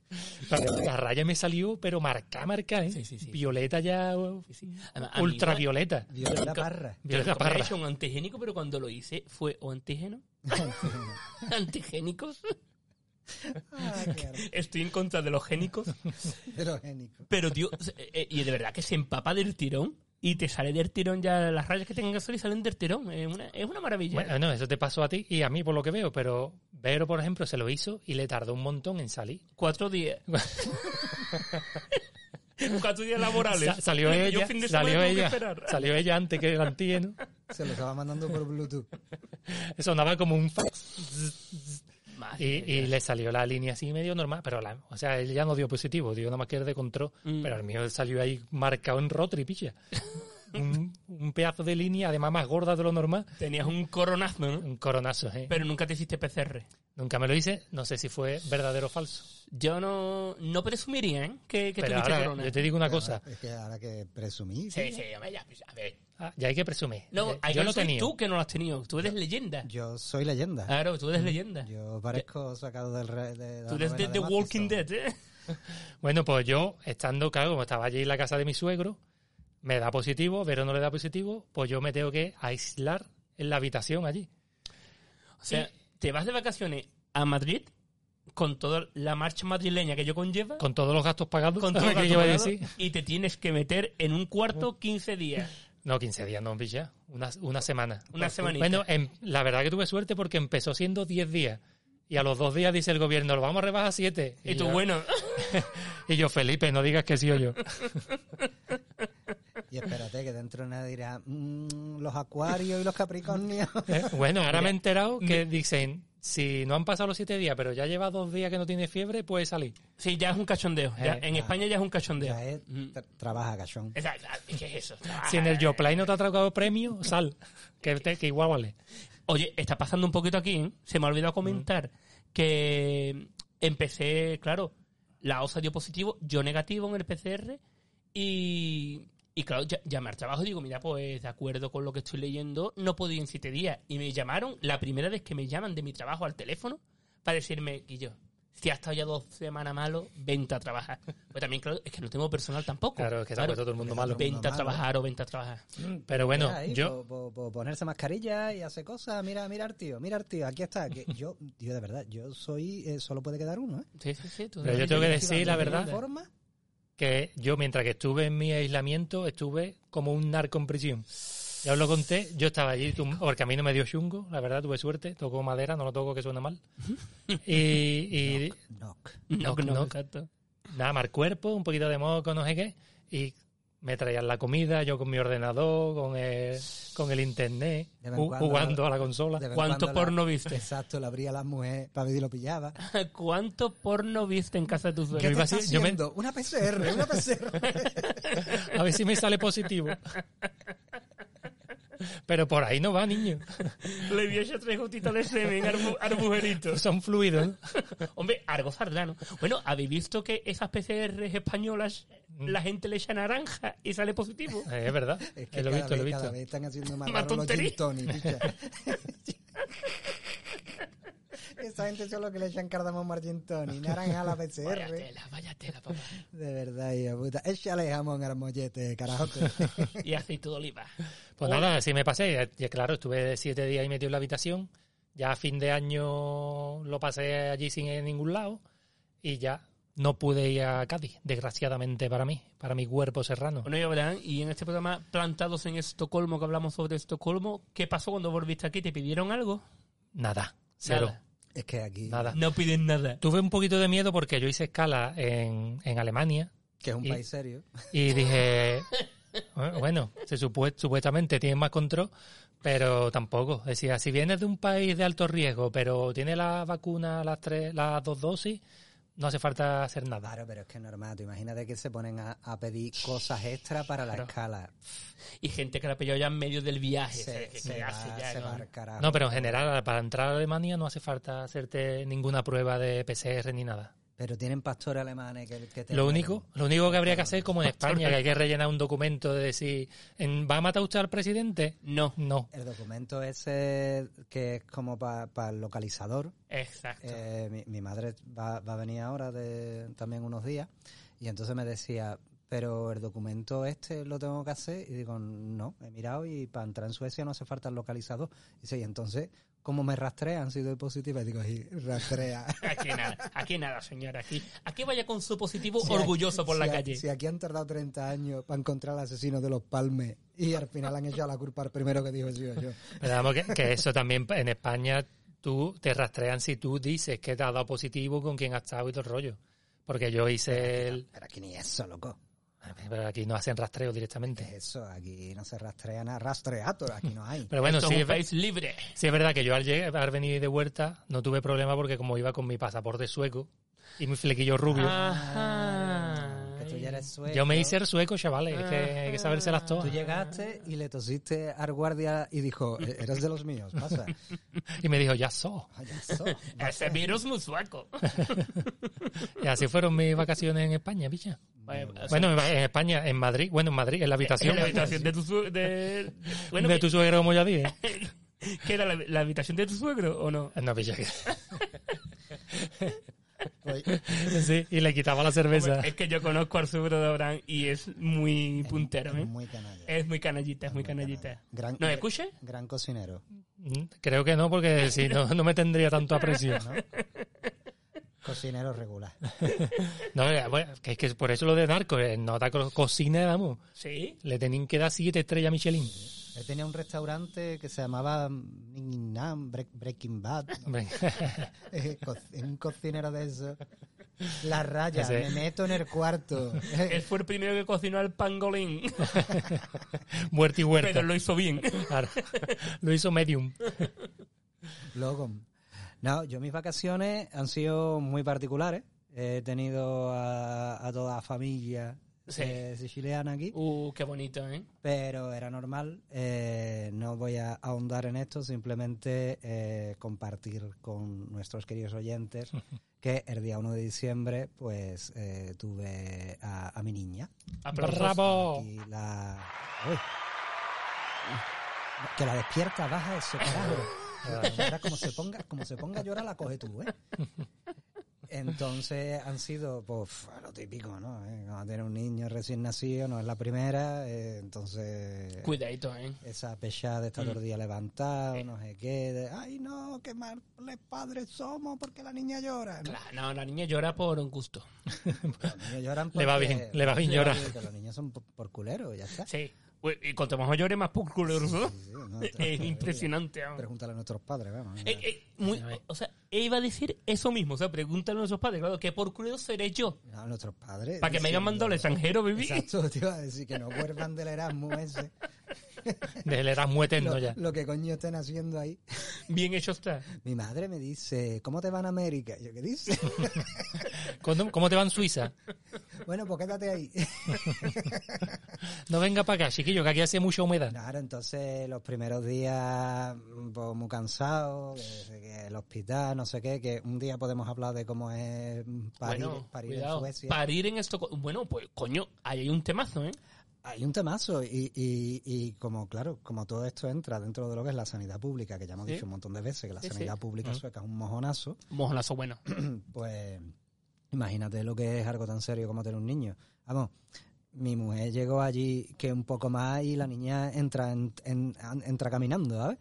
Speaker 3: La raya me salió, pero marca, marca, ¿eh?
Speaker 2: Sí, sí, sí.
Speaker 3: Violeta ya, uh,
Speaker 2: Además, a mí igual,
Speaker 3: ultravioleta.
Speaker 1: Viola
Speaker 2: Nunca-
Speaker 1: Parra.
Speaker 2: yo
Speaker 3: Violeta
Speaker 2: nunca me había
Speaker 3: parra.
Speaker 2: hecho un antigénico, pero cuando lo hice fue o antígeno. Antigénicos.
Speaker 1: ah, qué ar-
Speaker 2: Estoy en contra de los génicos.
Speaker 1: heterogénico.
Speaker 2: Pero, tío, se- eh, y de verdad que se empapa del tirón y te sale del tirón ya las rayas que tengan que salir salen del tirón. Es una, es una maravilla.
Speaker 3: Bueno, no, eso te pasó a ti y a mí, por lo que veo, pero Vero, por ejemplo, se lo hizo y le tardó un montón en salir.
Speaker 2: Cuatro días. Cuatro días laborales.
Speaker 3: Sa- salió
Speaker 2: Yo
Speaker 3: ella,
Speaker 2: fin de semana
Speaker 3: salió
Speaker 2: tengo que
Speaker 3: ella,
Speaker 2: esperar.
Speaker 3: salió ella antes que el antígeno.
Speaker 1: Se lo estaba mandando por Bluetooth.
Speaker 3: Sonaba como un fax y,
Speaker 2: Madre
Speaker 3: y le salió la línea así medio normal, pero la, o sea, él ya no dio positivo, dio nada más que el de control,
Speaker 2: Mm.
Speaker 3: pero el mío salió ahí marcado en rotri, picha. un, un pedazo de línea, además más gorda de lo normal.
Speaker 2: Tenías un coronazo, ¿no?
Speaker 3: Un coronazo, ¿eh?
Speaker 2: Pero nunca te hiciste PCR.
Speaker 3: Nunca me lo hice, no sé si fue verdadero o falso.
Speaker 2: Yo no, no presumiría, ¿eh? Que, que
Speaker 3: Pero
Speaker 2: tuviste
Speaker 3: ahora,
Speaker 2: corona.
Speaker 3: yo te digo
Speaker 1: Ah.
Speaker 3: una cosa,
Speaker 1: Es que ahora que presumí.
Speaker 2: Sí, sí, hombre, ya, pues, a ver.
Speaker 3: ah, ya hay que presumir.
Speaker 2: No,
Speaker 3: Eh,
Speaker 2: hay
Speaker 3: yo
Speaker 2: que
Speaker 3: lo
Speaker 2: soy
Speaker 3: tenía.
Speaker 2: tú que no lo has tenido. Tú eres leyenda.
Speaker 1: Yo soy leyenda.
Speaker 2: Claro, tú eres leyenda.
Speaker 1: Yo parezco sacado del re- de, la
Speaker 2: Ah. tú eres
Speaker 1: novela
Speaker 2: de The
Speaker 1: Murphy,
Speaker 2: Walking
Speaker 1: so-
Speaker 2: Dead, ¿eh?
Speaker 3: Bueno, pues yo, estando, claro, como estaba allí en la casa de mi suegro, me da positivo, pero no le da positivo, pues yo me tengo que aislar en la habitación allí.
Speaker 2: O sea, te vas de vacaciones a Madrid con toda la marcha madrileña que yo conlleva,
Speaker 3: Con todos los gastos pagados.
Speaker 2: con todo
Speaker 3: ¿qué
Speaker 2: gato
Speaker 3: iba a
Speaker 2: pagado,
Speaker 3: decir?
Speaker 2: y te tienes que meter en un cuarto 15 días.
Speaker 3: No, 15 días, no, ya. Una, una semana.
Speaker 2: Una
Speaker 3: Por-
Speaker 2: semanita.
Speaker 3: Bueno, em- la verdad que tuve suerte porque empezó siendo 10 días. Y a los dos días dice el gobierno, lo vamos a rebajar a 7.
Speaker 2: Y tú,
Speaker 3: yo-
Speaker 2: bueno,
Speaker 3: Y yo, Felipe, no digas que sí o yo.
Speaker 1: Y espérate, que dentro de nada dirá, "Mm, los acuarios y los capricornios.
Speaker 3: Eh, Bueno, ahora me he enterado que dicen, si no han pasado los 7 días, pero ya lleva dos días que no tiene fiebre, puedes salir.
Speaker 2: sí, ya es un cachondeo. ya-
Speaker 3: Eh,
Speaker 2: en España ya Mm. es un cachondeo.
Speaker 1: Ya es, tra- trabaja, cachón.
Speaker 2: O sea, ¿Qué es eso? Ah,
Speaker 3: Si en el Yoplay no te ha tragado premio, sal. Que, te- que igual vale.
Speaker 2: Oye, está pasando un poquito aquí, ¿eh? Se me ha olvidado comentar que empecé, claro, la OSA dio positivo, yo negativo en el PCR y, y claro, ya- llamé al trabajo y digo, mira, pues de acuerdo con lo que estoy leyendo, no podía en siete días. Y me llamaron, la primera vez que me llaman de mi trabajo al teléfono, para decirme, Guillo, si has estado ya dos semanas malo, vente a trabajar. Pues también, claro, es que no tengo personal tampoco.
Speaker 3: Claro, es que se ha puesto todo el mundo malo.
Speaker 2: Vente a
Speaker 1: Malo.
Speaker 2: trabajar o vente a trabajar.
Speaker 3: Pero bueno,
Speaker 1: Mira ahí,
Speaker 3: yo...
Speaker 1: po- po- po- ponerse mascarilla y hacer cosas. Mira, mira, tío, mira, tío, aquí está. Que yo, yo de verdad, yo soy, eh, solo puede quedar uno, ¿eh?
Speaker 2: Sí, sí, sí. tú-
Speaker 3: Pero yo tengo que decir la
Speaker 1: De
Speaker 3: verdad.
Speaker 1: forma,
Speaker 3: que yo mientras que estuve en mi aislamiento estuve como un narco en prisión. Ya os lo conté, yo estaba allí, tum- porque a mí no me dio chungo, la verdad, tuve suerte, tocó madera, no lo toco que suena mal. Y, y
Speaker 1: knock.
Speaker 2: No,
Speaker 3: Knock,
Speaker 2: no,
Speaker 3: knock.
Speaker 2: exacto.
Speaker 3: nada, mal cuerpo, un poquito de moco, no sé qué, y me traían la comida, yo con mi ordenador, con el, con el internet,
Speaker 1: De vez en
Speaker 3: ju-
Speaker 1: cuando-
Speaker 3: jugando a la
Speaker 1: De
Speaker 3: consola.
Speaker 1: vez en
Speaker 2: ¿Cuánto
Speaker 1: cuando la-
Speaker 2: porno viste?
Speaker 1: Exacto, la abría la mujer para ver si lo pillaba.
Speaker 2: ¿Cuánto porno viste en casa de tus
Speaker 1: ¿Qué
Speaker 3: Yo
Speaker 1: te
Speaker 3: iba
Speaker 2: suegros?
Speaker 3: a
Speaker 1: está
Speaker 3: decir- yo me-
Speaker 1: haciendo? Una PCR, una PCR.
Speaker 3: A ver si me sale positivo. Pero por ahí no va, niño.
Speaker 2: Le vi hecho tres gotitas de semen al, mu- al mujerito.
Speaker 3: Son fluidos.
Speaker 2: Hombre, algo sardano. Bueno, ¿habéis visto que esas PCR españolas
Speaker 1: Mm.
Speaker 2: la gente le echa naranja y sale positivo?
Speaker 3: Eh, Es verdad.
Speaker 1: Es que
Speaker 3: Eh,
Speaker 1: cada
Speaker 3: lo he
Speaker 1: vez,
Speaker 3: visto, lo he
Speaker 1: cada
Speaker 3: visto.
Speaker 1: vez están haciendo más
Speaker 2: Más
Speaker 1: raros los
Speaker 2: tontería.
Speaker 1: gin tonic, picha. Esa gente solo que le echan cardamomo al gin tonic, naranja a la
Speaker 2: Vaya
Speaker 1: PCR.
Speaker 2: tela, vaya tela, papá.
Speaker 1: De verdad, hija puta. Échale jamón al mollete, carajote.
Speaker 2: Y aceite de oliva.
Speaker 3: Pues
Speaker 2: Hola.
Speaker 3: nada, así me pasé. Ya, claro, estuve siete días y metido en la habitación. Ya a fin de año lo pasé allí sin ir a ningún lado. Y ya no pude ir a Cádiz, desgraciadamente para mí, para mi cuerpo serrano.
Speaker 2: Bueno, ya verán, y en este programa Plantados en Estocolmo, que hablamos sobre Estocolmo, ¿qué pasó cuando volviste aquí? ¿Te pidieron algo?
Speaker 3: Nada, cero,
Speaker 2: Nada.
Speaker 1: es que aquí,
Speaker 3: nada.
Speaker 2: No piden nada.
Speaker 3: Tuve un poquito de miedo porque yo hice escala en, en Alemania
Speaker 1: que es un
Speaker 3: Y-
Speaker 1: país serio,
Speaker 3: y dije, bueno, se supue- supuestamente tienen más control, pero tampoco. Decía, si vienes de un país de alto riesgo, pero tiene la vacuna, las, tres, las dos dosis, no hace falta hacer nada.
Speaker 1: claro, pero es que es normal. Tú imagínate que se ponen a, a pedir cosas extra para la escala.
Speaker 2: Y gente que la ha pillado ya en medio del viaje.
Speaker 1: Se,
Speaker 2: ¿sabes? Que-
Speaker 1: se
Speaker 2: que
Speaker 1: va,
Speaker 2: hace ya,
Speaker 1: se
Speaker 2: ¿no?
Speaker 1: va al carajo.
Speaker 3: No, pero en general, para entrar a Alemania no hace falta hacerte ninguna prueba de PCR ni nada.
Speaker 1: Pero tienen pastores alemanes que, que te
Speaker 3: Lo
Speaker 1: mueren.
Speaker 3: único, lo único que habría que hacer, como en España, que hay que rellenar un documento de decir, ¿en- ¿va a matar usted al presidente?
Speaker 2: No,
Speaker 3: No.
Speaker 1: El documento ese que es como para el localizador.
Speaker 2: exacto.
Speaker 1: Eh, mi, mi madre va, va a venir ahora de, también unos días y entonces me decía, pero el documento este lo tengo que hacer y digo, no, he mirado y para entrar en Suecia no hace falta el localizador. Y dice, y entonces, ¿cómo me rastrean si doy positiva? Y digo, y rastrea.
Speaker 2: Aquí nada, aquí nada, señora. Aquí, aquí vaya con su positivo
Speaker 1: Si aquí-
Speaker 2: orgulloso por
Speaker 1: si
Speaker 2: la
Speaker 1: a-
Speaker 2: calle.
Speaker 1: Si aquí han tardado 30 años para encontrar al asesino de los palmes y al final han echado la culpa al primero que dijo sí o yo.
Speaker 3: Pero vamos, que, que eso también en España tú te rastrean si tú dices que te has dado positivo con quien has estado y todo el rollo. Porque yo hice el...
Speaker 1: Pero aquí ni eso, loco.
Speaker 3: Pero aquí no hacen rastreo
Speaker 1: ¿Qué
Speaker 2: Eh,
Speaker 3: directamente.
Speaker 1: es eso? Aquí no se rastrea nada. Rastreator, aquí no hay.
Speaker 3: Pero bueno,
Speaker 2: Esto
Speaker 3: sí,
Speaker 2: es
Speaker 3: es
Speaker 2: un
Speaker 3: ver-
Speaker 2: país libre.
Speaker 3: Sí, es verdad que yo al, llegar, al venir de vuelta no tuve problema porque como iba con mi pasaporte sueco y mi flequillo rubio,
Speaker 2: Ah, Ajá.
Speaker 1: Que tú ya eres sueco.
Speaker 2: pues,
Speaker 3: yo me hice el sueco, chavales. Es que hay que sabérselas
Speaker 2: Ah.
Speaker 1: Tú
Speaker 3: todas.
Speaker 1: llegaste y le tosiste al guardia y dijo, "E- eres de los míos, pasa.
Speaker 3: Y me dijo, ya so.
Speaker 1: Ay, eso.
Speaker 2: Ese virus muy sueco.
Speaker 3: Y así fueron mis vacaciones en España, picha.
Speaker 2: Vaya- o sea,
Speaker 3: Bueno, en en España, en Madrid, bueno, en Madrid, en la habitación.
Speaker 2: Ah, en la habitación de tu suegro. De... Bueno,
Speaker 3: de tu suegro, como ya dije.
Speaker 2: ¿qué era la, la habitación de tu suegro o no?
Speaker 3: No, picha. que-
Speaker 1: Pues,
Speaker 3: Sí, y le quitaba la cerveza.
Speaker 2: Es que yo conozco al suegro de Abraham y es muy puntero. ¿eh?
Speaker 1: Muy canalla.
Speaker 2: Es muy canallita, es muy canallita.
Speaker 1: canalla. Gran-
Speaker 2: ¿Nos escucha?
Speaker 1: Gran cocinero.
Speaker 3: Mm, Creo que no, porque si no, no me tendría tanto aprecio.
Speaker 1: Cocinero regular.
Speaker 3: No, eh, bueno, que es que por eso lo de narco, eh, no te co- cocina, vamos.
Speaker 2: Sí.
Speaker 3: Le tenían que dar siete estrellas a Michelin.
Speaker 1: Él tenía un restaurante que se llamaba Ning Nam, Break- Breaking Bad. ¿no?
Speaker 3: Hombre,
Speaker 1: Eh, co- un cocinero de eso. La raya,
Speaker 3: Ese-
Speaker 1: me meto en el cuarto.
Speaker 2: Él fue el primero que cocinó el pangolín,
Speaker 3: muerto y huerto.
Speaker 2: pero lo hizo bien.
Speaker 3: Claro. Lo hizo medium.
Speaker 1: Logan. No, yo mis vacaciones han sido muy particulares. He tenido a, a toda la familia
Speaker 2: Sí.
Speaker 1: eh, siciliana aquí,
Speaker 2: Uh, qué bonito, ¿eh?
Speaker 1: pero era normal. Eh, no voy a ahondar en esto, simplemente eh, compartir con nuestros queridos oyentes que el día 1 de diciembre pues eh, tuve a, a mi niña.
Speaker 2: Aplausos.
Speaker 3: ¡Bravo!
Speaker 1: Aquí la... Uy. Que la despierta, baja eso, carajo. Ahora como se ponga, como se ponga a llorar la coge tú, ¿eh? Entonces han sido, pues, lo típico, ¿no? Eh, Cuando tiene un niño recién nacido, no es la primera, eh, entonces
Speaker 2: Cuidadito, ¿eh?
Speaker 1: esa pechada de estar
Speaker 3: Mm.
Speaker 1: todo el día
Speaker 3: Eh.
Speaker 1: levantado, no sé qué, de, ay no, qué males padres somos porque la niña llora. No,
Speaker 2: Claro, no, la niña llora por un gusto.
Speaker 1: los niños lloran
Speaker 3: Le va
Speaker 1: porque-
Speaker 3: bien, le va bien llorar.
Speaker 1: porque Los niños son por, por culeros, ya está.
Speaker 2: Sí. Bueno, Pues, Y cuanto más llore, más pulculoso.
Speaker 1: Sí, sí, no, te-
Speaker 2: Es impresionante. vamos.
Speaker 1: Pregúntale a nuestros padres, vamos.
Speaker 2: Eh, eh, muy- o sea, iba a decir eso mismo. O sea, pregúntale a nuestros padres, claro, ¿qué por culo seré yo?
Speaker 1: No, a nuestros padres.
Speaker 2: Para que me hayan mandado al
Speaker 1: diciendo-
Speaker 2: extranjero, baby.
Speaker 1: Exacto, te iba a decir que no vuelvan del Erasmus ese.
Speaker 3: Desde el Erasmus eterno
Speaker 1: Lo,
Speaker 3: ya.
Speaker 1: lo que coño estén haciendo ahí.
Speaker 2: Bien hecho está.
Speaker 1: Mi madre me dice, ¿cómo te van a América? Y Yo, ¿qué dice?
Speaker 3: ¿Cómo cómo te va en Suiza?
Speaker 1: bueno, pues quédate ahí.
Speaker 3: No venga para acá, chiquillo, que aquí hace mucha humedad.
Speaker 1: Claro, entonces los primeros días, mm, pues, muy cansado, que, que el hospital, no sé qué, que un día podemos hablar de cómo es mm, parir,
Speaker 2: bueno,
Speaker 1: parir en
Speaker 2: cuidado.
Speaker 1: Suecia.
Speaker 2: Parir en esto. Bueno, pues coño, ahí hay un temazo, ¿eh?
Speaker 1: Hay un temazo y, y, y como claro, como todo esto entra dentro de lo que es la sanidad pública, que ya hemos
Speaker 2: Sí.
Speaker 1: dicho un montón de veces que la
Speaker 2: Sí, Mm. sí.
Speaker 1: sanidad pública sueca es un mojonazo,
Speaker 2: Mojolazo bueno.
Speaker 1: pues imagínate lo que es algo tan serio como tener un niño. Vamos, mi mujer llegó allí que un poco más y la niña entra en- en- an- entra caminando, ¿sabes?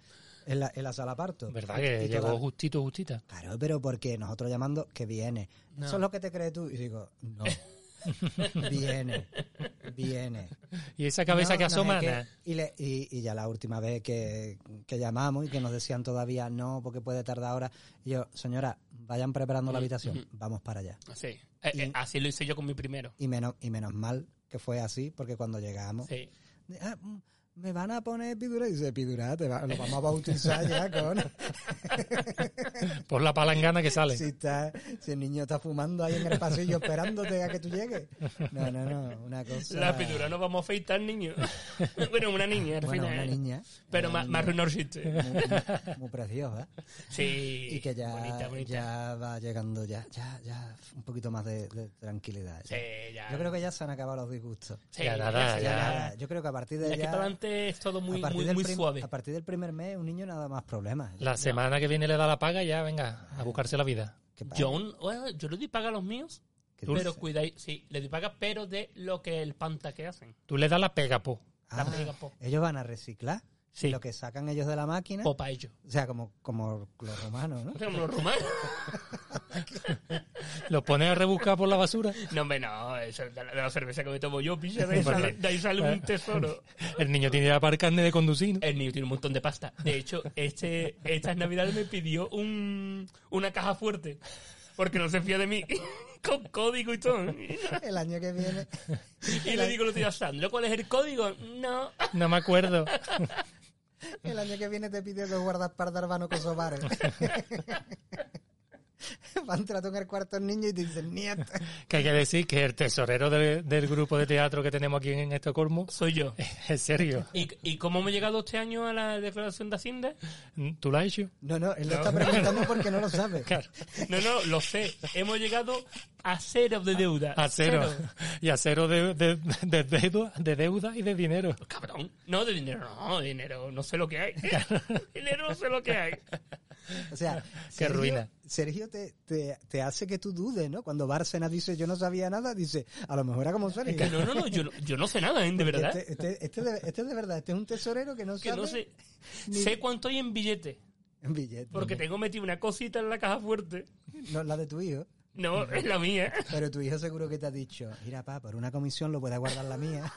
Speaker 1: En la, en la sala parto.
Speaker 3: ¿Verdad
Speaker 1: Y
Speaker 3: que
Speaker 1: toda-
Speaker 3: llegó justito, justita?
Speaker 1: Claro, pero porque nosotros llamando que viene.
Speaker 2: No.
Speaker 1: Eso es lo que te crees tú. Y digo, no. viene, viene.
Speaker 3: Y esa cabeza
Speaker 1: No,
Speaker 3: que
Speaker 1: no sé
Speaker 3: asoma,
Speaker 1: qué.
Speaker 3: na.
Speaker 1: y, le- y- y ya la última vez que, que llamamos y que nos decían todavía no, porque puede tardar ahora. Y yo, señora, vayan preparando la habitación, vamos para allá.
Speaker 2: Sí. Eh, eh, así lo hice yo con mi primero.
Speaker 1: Y menos, y menos mal que fue así, porque cuando llegamos,
Speaker 2: Sí.
Speaker 1: "Ah, mm, me van a poner epidural. Y dice, epidural, te va- lo vamos a bautizar ya con.
Speaker 3: por la palangana que sale.
Speaker 1: Si, está, si el niño está fumando ahí en el pasillo esperándote a que tú llegues. No, no, no, una cosa.
Speaker 2: La pintura no vamos a afeitar, niño. bueno, una niña, al
Speaker 1: Bueno,
Speaker 2: final.
Speaker 1: una niña.
Speaker 2: ¿eh? Pero
Speaker 1: una
Speaker 2: más
Speaker 1: niña
Speaker 2: arruinó el chiste.
Speaker 1: Muy, muy- muy preciosa.
Speaker 2: Sí.
Speaker 1: y que ya,
Speaker 2: Bonita, bonita.
Speaker 1: ya va llegando ya, ya, ya un poquito más de, de tranquilidad.
Speaker 2: Sí, Eh, ya.
Speaker 1: Yo creo que ya se han acabado los disgustos.
Speaker 2: Sí,
Speaker 3: Ya nada,
Speaker 2: sí,
Speaker 1: Ya,
Speaker 3: ya.
Speaker 1: nada, Yo creo que a partir
Speaker 2: De
Speaker 1: de
Speaker 2: aquí para
Speaker 1: ya,
Speaker 2: adelante es todo muy,
Speaker 1: a, partir
Speaker 2: muy,
Speaker 1: del
Speaker 2: muy
Speaker 1: prim-
Speaker 2: suave.
Speaker 1: a partir del primer mes un niño nada más problemas.
Speaker 3: La semana que viene le da la paga y ya, venga, a buscarse la vida.
Speaker 1: ¿Qué pasa?
Speaker 2: John, bueno, yo le di paga a los míos,
Speaker 1: ¿Qué
Speaker 2: pero
Speaker 1: dices?
Speaker 2: cuidado, sí, le di paga, pero de lo que el panta que hacen.
Speaker 3: Tú le das la pega, po.
Speaker 1: Ah,
Speaker 2: La pega, po.
Speaker 1: ellos van a reciclar
Speaker 2: Sí.
Speaker 1: lo que sacan ellos de la máquina.
Speaker 2: Popa ellos.
Speaker 1: O sea, como, como los romanos, ¿no?
Speaker 2: Como los rumanos.
Speaker 3: Los pones a rebuscar por la basura.
Speaker 2: No, hombre, no, eso es de la, de la cerveza que me tomo yo, pilla, de ahí sale, de ahí sale
Speaker 1: Ah.
Speaker 2: un tesoro.
Speaker 3: El niño tiene ya para carne de conducir, ¿no?
Speaker 2: El niño tiene un montón de pasta. De hecho, este, estas navidades me pidió un, una caja fuerte. Porque no se fía de mí. Con código y todo. Y
Speaker 1: El año que viene.
Speaker 2: le digo lo tío a Sandro, ¿cuál es el código? No.
Speaker 3: No me acuerdo.
Speaker 1: El año que viene te pido que guardas pardarbano cosovares. Van trato en el cuarto el niño y te dicen, nieto.
Speaker 3: Que hay que decir que el tesorero de- del grupo de teatro que tenemos aquí en Estocolmo
Speaker 2: Soy yo.
Speaker 3: es serio.
Speaker 2: ¿Y, y cómo hemos llegado este año a la declaración de Hacienda?
Speaker 3: ¿Tú lo has hecho?
Speaker 1: No, no, él lo está preguntando porque no lo sabe.
Speaker 3: Claro.
Speaker 2: No, no, lo sé. Hemos llegado a cero de deuda.
Speaker 3: A cero. Y a cero de, de, de deuda, de deuda y de dinero.
Speaker 2: Cabrón. No, de dinero no, de dinero no sé lo que hay. dinero no sé lo que hay.
Speaker 1: O sea,
Speaker 3: Qué ruina.
Speaker 1: Sergio te, te, te hace que tú dudes, ¿no? Cuando Bárcena dice yo no sabía nada, dice, a lo mejor era como Sergio.
Speaker 2: No, no, no, yo, no- yo no sé nada, ¿eh? De verdad.
Speaker 1: Este, este, este de, este de verdad, este es un tesorero que no
Speaker 2: que
Speaker 1: sabe
Speaker 2: no sé.
Speaker 1: ni-
Speaker 2: Sé cuánto hay en billete.
Speaker 1: en billete.
Speaker 2: Porque tengo metido una cosita en la caja fuerte.
Speaker 1: No, la de tu hijo.
Speaker 2: No, es la mía.
Speaker 1: Pero tu hijo seguro que te ha dicho, mira, pa, por una comisión lo puede guardar la mía.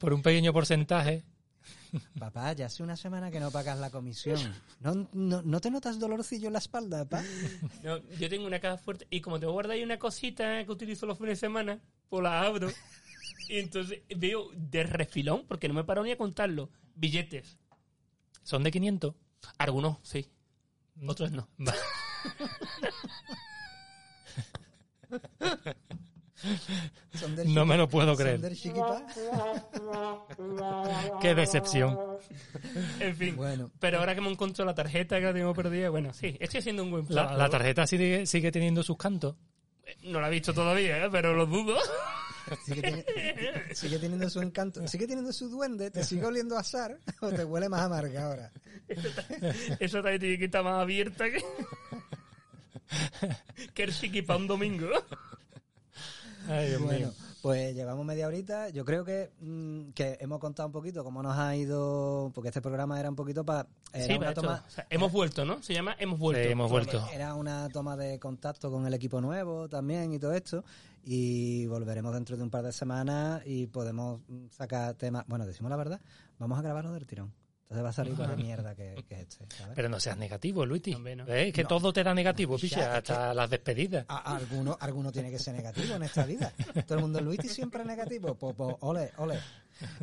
Speaker 3: Por un pequeño porcentaje.
Speaker 1: Papá, ya hace una semana que no pagas la comisión. ¿No, no, no te notas dolorcillo en la espalda, papá?
Speaker 2: No, yo tengo una caja fuerte y como te guardo ahí una cosita que utilizo los fines de semana, pues la abro. Y entonces veo de refilón, porque no me paro ni a contarlo, billetes.
Speaker 3: Son de 500.
Speaker 2: Algunos, sí.
Speaker 3: Mm.
Speaker 2: Otros no.
Speaker 3: Va-
Speaker 1: Son del
Speaker 3: No me
Speaker 1: chiqui-
Speaker 3: lo puedo
Speaker 1: son
Speaker 3: creer.
Speaker 1: del chiquipá.
Speaker 3: Qué decepción.
Speaker 2: En fin.
Speaker 1: Bueno,
Speaker 2: Pero ahora que me encontrado la tarjeta que la tengo perdida, bueno, sí, estoy haciendo un buen
Speaker 3: La,
Speaker 2: plan.
Speaker 3: la tarjeta sigue, sigue teniendo sus cantos.
Speaker 2: No la he visto todavía, ¿eh? pero lo dudo.
Speaker 1: sigue, tiene- sigue teniendo su encanto, sigue teniendo su duende, te sigue oliendo a azar o te huele más amarga ahora.
Speaker 2: Esa tarjeta está más abierta que... que el chiqui pa' un domingo.
Speaker 3: Ay, Dios
Speaker 1: Bueno,
Speaker 3: mío.
Speaker 1: pues llevamos media horita. Yo creo que, mm, que hemos contado un poquito cómo nos ha ido, porque este programa era un poquito para...
Speaker 2: Sí, para esto. O sea, hemos vuelto, ¿no? Se llama Hemos vuelto.
Speaker 3: Sí, hemos vuelto.
Speaker 1: Era una toma de contacto con el equipo nuevo también y todo esto. Y volveremos dentro de un par de semanas y podemos mm, sacar temas. Bueno, decimos la verdad, vamos a grabarlo del tirón. Entonces va a salir con la mierda que, que es este. ¿sabes?
Speaker 3: Pero no seas negativo, Luiti.
Speaker 2: Hombre, no.
Speaker 3: ¿Ves? Que
Speaker 1: No.
Speaker 3: todo te da negativo, picha,
Speaker 1: Ya,
Speaker 3: hasta las despedidas.
Speaker 1: A- alguno, alguno tiene que ser negativo en esta vida. Todo el mundo, Luis, siempre es negativo. Pues, pues, ole, ole.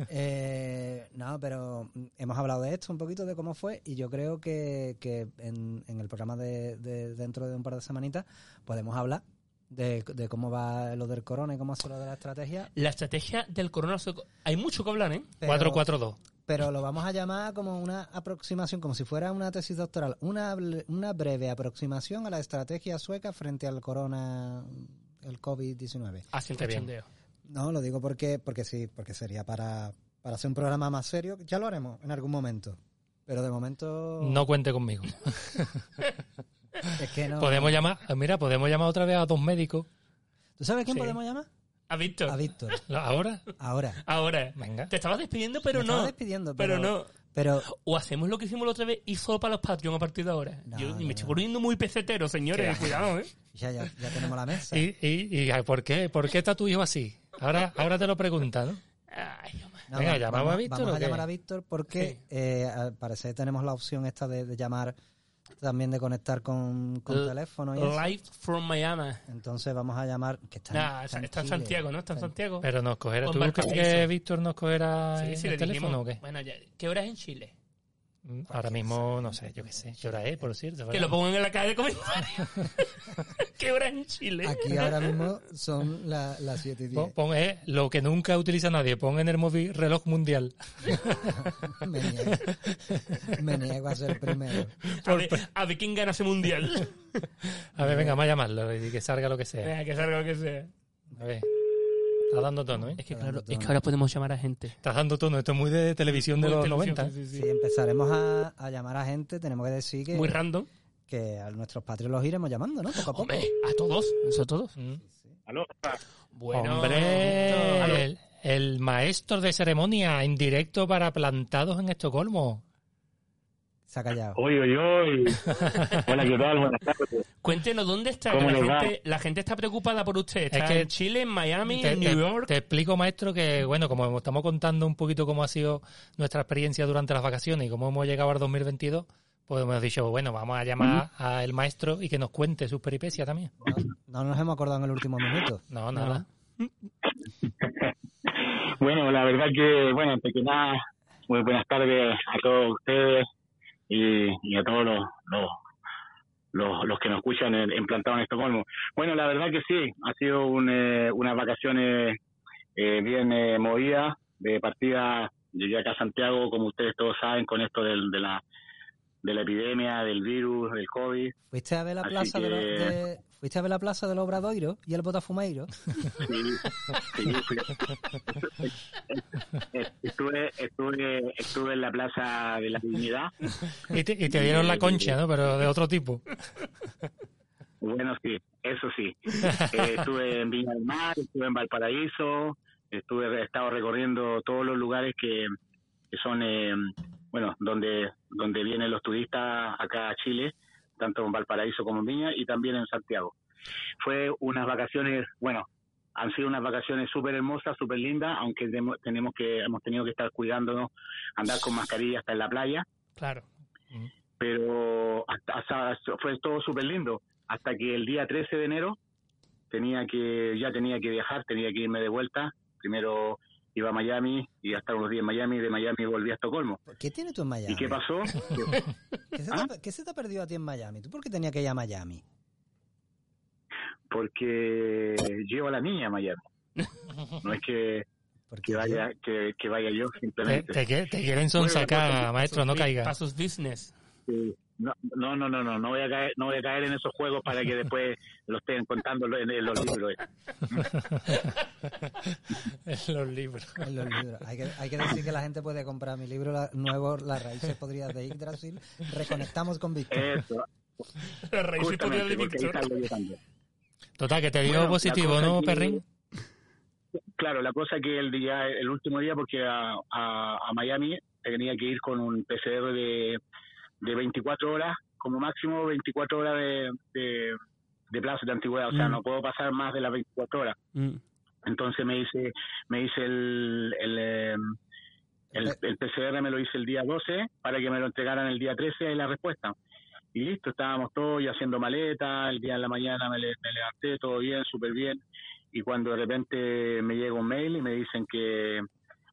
Speaker 1: Eh, no, pero mm, hemos hablado de esto un poquito, de cómo fue, y yo creo que, que en, en el programa de, de- dentro de un par de semanitas podemos hablar de, de cómo va lo del corona y cómo hace lo de la estrategia.
Speaker 2: La estrategia del coronavirus. Hay mucho que hablar, ¿eh?
Speaker 1: Pero,
Speaker 3: 4-4-2.
Speaker 1: pero lo vamos a llamar como una aproximación, como si fuera una tesis doctoral, una, ble- una breve aproximación a la estrategia sueca frente al corona, el COVID-19.
Speaker 2: Así el
Speaker 3: Qué bien.
Speaker 2: cachondeo.
Speaker 1: No, lo digo porque, porque sí, porque sería para, para hacer un programa más serio. Ya lo haremos en algún momento. Pero de
Speaker 2: Oh.
Speaker 1: momento
Speaker 3: No cuente conmigo.
Speaker 1: es
Speaker 2: Oh.
Speaker 1: que no.
Speaker 3: Podemos llamar, ah, mira, podemos llamar otra vez a dos médicos.
Speaker 1: ¿Tú sabes quién
Speaker 2: Sí.
Speaker 1: podemos llamar?
Speaker 2: ¿Has visto?
Speaker 1: A Víctor.
Speaker 3: ¿Lo- ¿Ahora?
Speaker 1: Ahora.
Speaker 2: Ah, Ahora,
Speaker 3: Venga.
Speaker 2: te estabas despidiendo, pero
Speaker 1: Me
Speaker 2: no.
Speaker 1: estaba despidiendo, pero,
Speaker 2: no.
Speaker 1: Pero
Speaker 2: O hacemos lo que hicimos la otra vez y solo para los Patreon a partir de ahora.
Speaker 1: No,
Speaker 2: Yo
Speaker 1: no,
Speaker 2: me
Speaker 1: no.
Speaker 2: estoy poniendo muy pesetero, señores.
Speaker 3: Qué
Speaker 2: Cuidado, ¿eh?
Speaker 1: ya, ya, ya tenemos la mesa.
Speaker 3: ¿Y, y, y ay, por qué? ¿Por qué está tu hijo así? Ahora, ahora te lo pregunta, ¿no?
Speaker 2: Ay, hombre.
Speaker 1: No,
Speaker 3: Venga,
Speaker 1: vamos-
Speaker 3: ¿llamamos
Speaker 1: vamos-
Speaker 3: a Víctor
Speaker 1: Vamos
Speaker 3: o
Speaker 1: a
Speaker 3: qué?
Speaker 1: llamar a Víctor porque
Speaker 2: Sí.
Speaker 1: eh, al parecer tenemos la opción esta de, de llamar también de conectar con, con
Speaker 2: L-
Speaker 1: teléfono y eso.
Speaker 2: Live from Miami.
Speaker 1: Entonces vamos a llamar que está, en- está
Speaker 2: Nah, está,
Speaker 1: en
Speaker 2: está en
Speaker 1: Chile.
Speaker 2: Santiago, ¿no? Está en Santiago.
Speaker 3: Pero nos cogerá.
Speaker 2: Con
Speaker 3: ¿Tú crees que
Speaker 2: Valparaíso.
Speaker 3: Víctor nos cogerá
Speaker 2: sí,
Speaker 1: eh,
Speaker 3: en
Speaker 2: sí,
Speaker 3: el
Speaker 2: le
Speaker 3: teléfono
Speaker 2: dijimos.
Speaker 3: o qué?
Speaker 2: Bueno, ya, ¿qué hora es en Chile?
Speaker 3: Mm, Ahora mismo, no sé, yo qué sé. ¿Qué hora es, por cierto?
Speaker 2: Que
Speaker 3: verdad?
Speaker 2: lo pongan en la caja de comentarios. ¿Qué hora es en Chile?
Speaker 1: Aquí ahora mismo son la- las 7 y 10.
Speaker 3: Pon, pon, eh, lo que nunca utiliza nadie, pon en el móvil reloj mundial.
Speaker 1: Me niego. Me niego a ser primero.
Speaker 2: A ver, a ver quién gana ese mundial.
Speaker 3: A ver, venga, vamos a llamarlo y que salga lo que sea.
Speaker 2: Venga, que salga lo que sea.
Speaker 3: A ver. Está dando tono, ¿eh?
Speaker 2: Es que
Speaker 1: Está dando
Speaker 2: claro, es que
Speaker 1: tono.
Speaker 2: ahora podemos llamar a gente.
Speaker 3: Está dando tono. Esto es muy de televisión de
Speaker 2: Muy
Speaker 3: los
Speaker 2: televisión,
Speaker 3: 90.
Speaker 2: sí, sí,
Speaker 1: Si
Speaker 2: sí.
Speaker 1: empezaremos a, a llamar a gente, tenemos que decir que,
Speaker 2: Muy random.
Speaker 1: que a nuestros patrios los iremos llamando, ¿no? Poco a poco.
Speaker 2: Hombre, a todos, eso a todos.
Speaker 3: Mm.
Speaker 2: Bueno,
Speaker 3: Hombre,
Speaker 2: Víctor.
Speaker 3: el, el maestro de ceremonia en directo para plantados en Estocolmo.
Speaker 1: Se ha callado.
Speaker 5: Oy, oy, oy. Hola, ¿qué tal? Buenas tardes.
Speaker 2: Cuéntenos dónde está.
Speaker 5: ¿Cómo
Speaker 2: que la,
Speaker 5: le va?
Speaker 2: gente, la gente está preocupada por usted. Está
Speaker 3: que-
Speaker 2: en Chile, en Miami,
Speaker 3: Te,
Speaker 2: en
Speaker 3: te-
Speaker 2: New York.
Speaker 3: te explico, maestro, que bueno, como estamos contando un poquito cómo ha sido nuestra experiencia durante las vacaciones y cómo hemos llegado al 2022, pues hemos dicho, bueno, vamos a llamar al maestro y que nos cuente sus peripecias también.
Speaker 1: No, no nos hemos acordado en el último minuto.
Speaker 3: No, nada.
Speaker 5: Bueno, la verdad que, bueno, antes que nada, muy buenas tardes a todos ustedes y, y a todos los, los, los, los que nos escuchan en, en Plantado en Estocolmo. Bueno, la verdad que sí, ha sido un, eh, unas vacaciones eh, bien eh, movidas, de partida, llegué acá a Santiago, como ustedes todos saben, con esto del- de la de la epidemia, del virus, del COVID.
Speaker 1: ¿Fuiste a ver la
Speaker 5: Así
Speaker 1: plaza de, lo-
Speaker 5: que-
Speaker 1: de- ¿Fuiste a ver la plaza del Obradoiro y el Botafumeiro?
Speaker 5: Sí, sí, sí. Estuve, estuve, estuve en la Plaza de la Dignidad.
Speaker 3: Y te, y te dieron la concha, ¿no? Pero de otro tipo.
Speaker 5: Bueno, sí, eso sí. Eh, estuve en Viña del Mar, estuve en Valparaíso, estuve he estado recorriendo todos los lugares que, que son, eh, bueno, donde donde vienen los turistas acá a Chile, tanto en Valparaíso como en Viña y también en Santiago. Fue unas vacaciones, bueno, han sido unas vacaciones súper hermosas, súper lindas, aunque temo- tenemos que, hemos tenido que estar cuidándonos, andar con mascarilla hasta en la playa,
Speaker 3: Claro.
Speaker 5: pero hasta, hasta- fue todo súper lindo, hasta que el día 13 de enero tenía que, ya tenía que viajar, tenía que irme de vuelta, primero iba a Miami y hasta unos días en Miami, de Miami volví a Estocolmo.
Speaker 1: ¿Qué tienes tú en Miami?
Speaker 5: ¿Y qué pasó? Que-
Speaker 1: ¿Qué se,
Speaker 5: ¿Ah?
Speaker 1: te, qué se te ha perdido a ti en Miami? ¿Tú por qué tenías que ir a Miami?
Speaker 5: porque llevo a la niña a Miami. No es que,
Speaker 1: Porque
Speaker 5: que vaya que, que vaya yo
Speaker 3: Te,
Speaker 5: simplemente.
Speaker 3: te qui- te quieren sonsacar, maestro, no
Speaker 2: Para
Speaker 3: caigas.
Speaker 2: sus business.
Speaker 5: Eh, No, no, no, no, no, no voy a caer, no voy a caer en esos juegos para que después lo estén contando en, en los libros.
Speaker 3: En los libros.
Speaker 1: en los libros. Hay que, hay que decir que la gente puede comprar mi libro la- nuevo, Las raíces podridas de Yggdrasil. Reconectamos con Víctor.
Speaker 5: Eso,
Speaker 2: La raíz y podía
Speaker 5: justamente,
Speaker 2: de
Speaker 5: porque ahí
Speaker 2: Víctor.
Speaker 5: salgo yo también.
Speaker 3: Total, que te dio
Speaker 5: Bueno, la
Speaker 3: positivo,
Speaker 5: cosa
Speaker 3: ¿no,
Speaker 5: es que-
Speaker 3: Perrin?
Speaker 5: Claro, la cosa que el día, el último día, porque a, a- a Miami tenía que ir con un PCR de, de 24 horas, como máximo 24 horas de, de, de plazo de antigüedad, o sea,
Speaker 2: Mm.
Speaker 5: no puedo pasar más de las 24 horas.
Speaker 2: Mm.
Speaker 5: Entonces me hice, me hice el, el, eh, el, el PCR, me lo hice el día 12 para que me lo entregaran el día 13 la respuesta. Y listo, estábamos todos ya haciendo maleta, el día en la mañana me, le- me levanté, todo bien, súper bien. Y cuando de repente me llega un mail y me dicen que,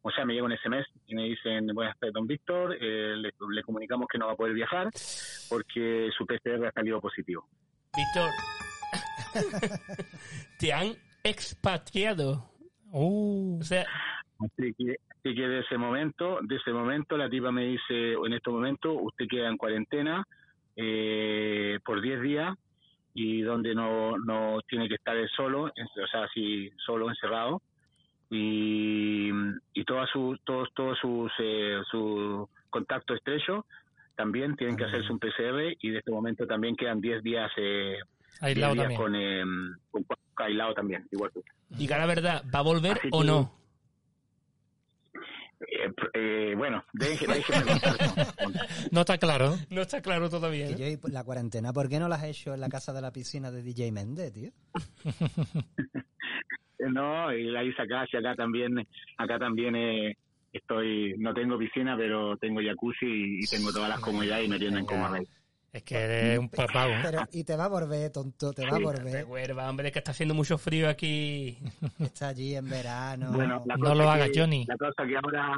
Speaker 5: o sea, me llega un SMS y me dicen, buenas tardes, don Víctor, eh, le, le comunicamos que no va a poder viajar porque su PCR ha salido positivo.
Speaker 2: Víctor, te han expatriado.
Speaker 3: Uh,
Speaker 2: O sea,
Speaker 5: Así que, así que de ese momento, de ese momento, la tipa me dice, en este momento, usted queda en cuarentena eh, por 10 días y donde no, no tiene que estar él solo, en- o sea, así solo, encerrado. Y, y todas sus, todos, todos sus, eh, sus contactos estrechos también tienen que hacerse un PCR y de este momento también quedan 10 días, eh, 10
Speaker 3: aislado
Speaker 5: días
Speaker 3: también.
Speaker 5: con, eh, con aislado también, igual tú.
Speaker 2: diga la verdad, ¿va a volver
Speaker 5: Así
Speaker 2: o
Speaker 5: que-
Speaker 2: no?
Speaker 5: Eh, pr- eh, bueno, deje- déjeme contar. eh,
Speaker 3: No está claro, ¿no?
Speaker 2: No está claro todavía. ¿eh?
Speaker 1: Que
Speaker 2: ¿no?
Speaker 1: yo, y la cuarentena, ¿por qué no la has hecho en la casa de la piscina de DJ Méndez, tío?
Speaker 5: No, y la hice acá, y acá también, acá también eh, estoy, no tengo piscina, pero tengo jacuzzi y, y tengo todas las comodidades y me tienen como rey.
Speaker 3: Es que eres
Speaker 5: Mm.
Speaker 3: un papá. ¿eh?
Speaker 1: Pero, y te va a volver, tonto, te va a
Speaker 2: De
Speaker 1: volver.
Speaker 2: huerva, hombre, que está haciendo mucho frío aquí.
Speaker 1: Está allí en verano.
Speaker 5: Bueno, la
Speaker 3: No
Speaker 5: cosa
Speaker 3: lo
Speaker 5: que-
Speaker 3: hagas, Johnny.
Speaker 5: La cosa que ahora,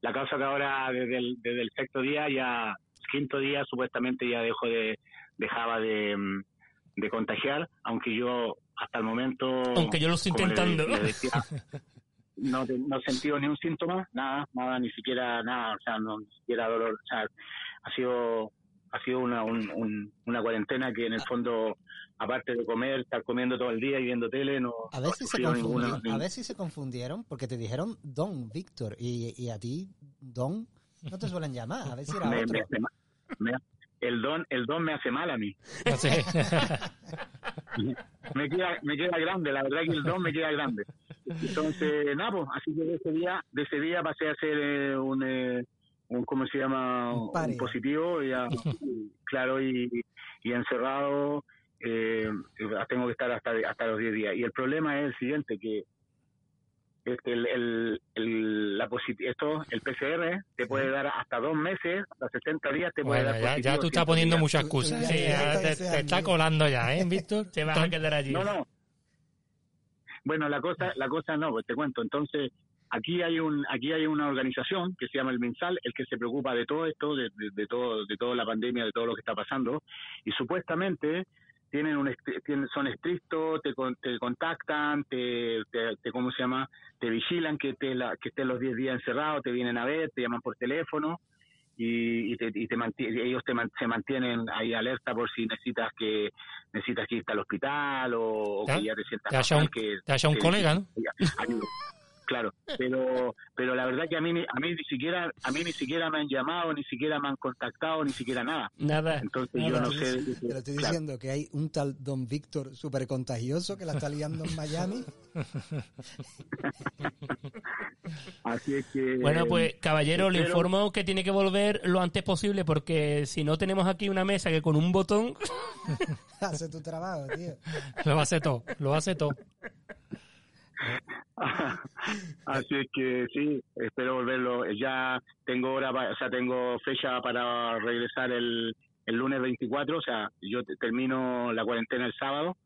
Speaker 5: la cosa que ahora desde el, desde el sexto día ya, quinto día supuestamente ya dejo de, dejaba de, mm, de contagiar, aunque yo hasta el momento...
Speaker 2: Aunque yo lo estoy
Speaker 5: como le-
Speaker 2: intentando.
Speaker 5: le decía, no, te- no he sentido ni un síntoma, nada, nada, ni siquiera nada, o sea, no, ni siquiera dolor, o sea, ha sido, ha sido una, un- un- una cuarentena que en
Speaker 1: Ah.
Speaker 5: el fondo, aparte de comer, estar comiendo todo el día y viendo tele, no,
Speaker 1: A
Speaker 5: no
Speaker 1: ver,
Speaker 5: he
Speaker 1: si se
Speaker 5: sufrido ninguna-
Speaker 1: confundieron, a
Speaker 5: ningún-
Speaker 1: ver si se confundieron, porque te dijeron Don Víctor y, y a ti Don no te suelen llamar, a ver si era
Speaker 5: me-
Speaker 1: otro.
Speaker 5: me hace mal. Me- el don el don me hace mal a mí
Speaker 3: No sé.
Speaker 5: me queda me queda grande la verdad que el don me queda grande entonces nada pues, así que de ese día de ese día pasé a ser eh, un, eh, un cómo se llama
Speaker 1: Un paria.
Speaker 5: un positivo y a- claro y, y encerrado eh, tengo que estar hasta hasta los 10 días y el problema es el siguiente que este, el, el, el- la posit- esto, el PCR te puede dar hasta dos meses, hasta 70 días te puede
Speaker 3: Bueno,
Speaker 5: dar
Speaker 3: ya, ya
Speaker 5: positivo,
Speaker 3: tú
Speaker 5: 100
Speaker 3: estás poniendo
Speaker 5: días.
Speaker 3: muchas
Speaker 1: Tú-
Speaker 3: excusas.
Speaker 1: tú
Speaker 3: Sí,
Speaker 1: ya
Speaker 3: ya te,
Speaker 1: estás
Speaker 3: te
Speaker 1: deseando.
Speaker 3: está colando ya, ¿eh, Víctor?
Speaker 2: Te vas a quedar allí.
Speaker 5: No, no. Bueno, la cosa, la cosa no, pues te cuento. Entonces, aquí hay un, aquí hay una organización que se llama el MinSal, el que se preocupa de todo esto, de, de- de todo, de toda la pandemia, de todo lo que está pasando, y supuestamente tienen un estri- tienen- son estrictos, te, con- te contactan, te, te, te- ¿cómo se llama? Te vigilan que te la- que estés los 10 días encerrado, te vienen a ver, te llaman por teléfono y, y te, y te manti- ellos te man- se mantienen ahí alerta por si necesitas que necesitas que irte al hospital o, o
Speaker 3: Ya,
Speaker 5: que ya te sientas
Speaker 3: te haya
Speaker 5: mal,
Speaker 3: un-
Speaker 5: que
Speaker 3: Te ha hecho un
Speaker 5: Sí.
Speaker 3: colega, ¿no?
Speaker 5: Ayuda. claro. Pero, pero la verdad que a mí, ni- a mí ni siquiera, a mí ni siquiera me han llamado, ni siquiera me han contactado, ni siquiera nada.
Speaker 2: Nada.
Speaker 5: Entonces
Speaker 1: Te
Speaker 5: yo
Speaker 1: lo
Speaker 5: no
Speaker 1: estoy
Speaker 5: sé.
Speaker 1: dic- Te lo estoy
Speaker 5: claro.
Speaker 1: diciendo que hay un tal Don Víctor súper contagioso que la está liando en Miami.
Speaker 5: Así es que.
Speaker 2: Bueno, pues caballero, le
Speaker 5: espero-
Speaker 2: informo que tiene que volver lo antes posible porque si no tenemos aquí una mesa que con un botón...
Speaker 1: Hace tu trabajo, tío.
Speaker 3: Lo hace todo, lo hace todo.
Speaker 5: Así es que sí, espero volverlo. Eh, Ya tengo hora, pa- o sea, tengo fecha para regresar el, el lunes 24, o sea, yo te- termino la cuarentena el sábado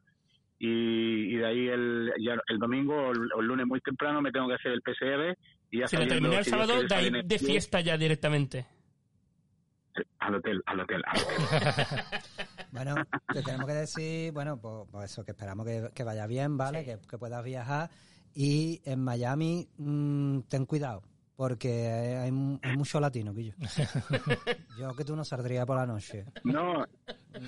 Speaker 5: y, y de ahí el, ya el domingo o el, o el lunes muy temprano me tengo que hacer el PCR y ya
Speaker 2: Si la
Speaker 5: saliendo,
Speaker 2: terminé el
Speaker 5: si Dios
Speaker 2: sábado,
Speaker 5: quiere,
Speaker 2: de ahí
Speaker 5: salen el
Speaker 2: de
Speaker 5: lunes
Speaker 2: fiesta ya directamente.
Speaker 5: Al hotel, al hotel, al hotel.
Speaker 1: Bueno, te tenemos que decir, bueno, pues, pues eso, que esperamos que, que vaya bien, ¿vale? Que, que puedas viajar. Y en Miami, mm, ten cuidado, porque hay, mu- hay mucho latino, Guillo. Yo que tú no saldrías por la noche.
Speaker 5: No,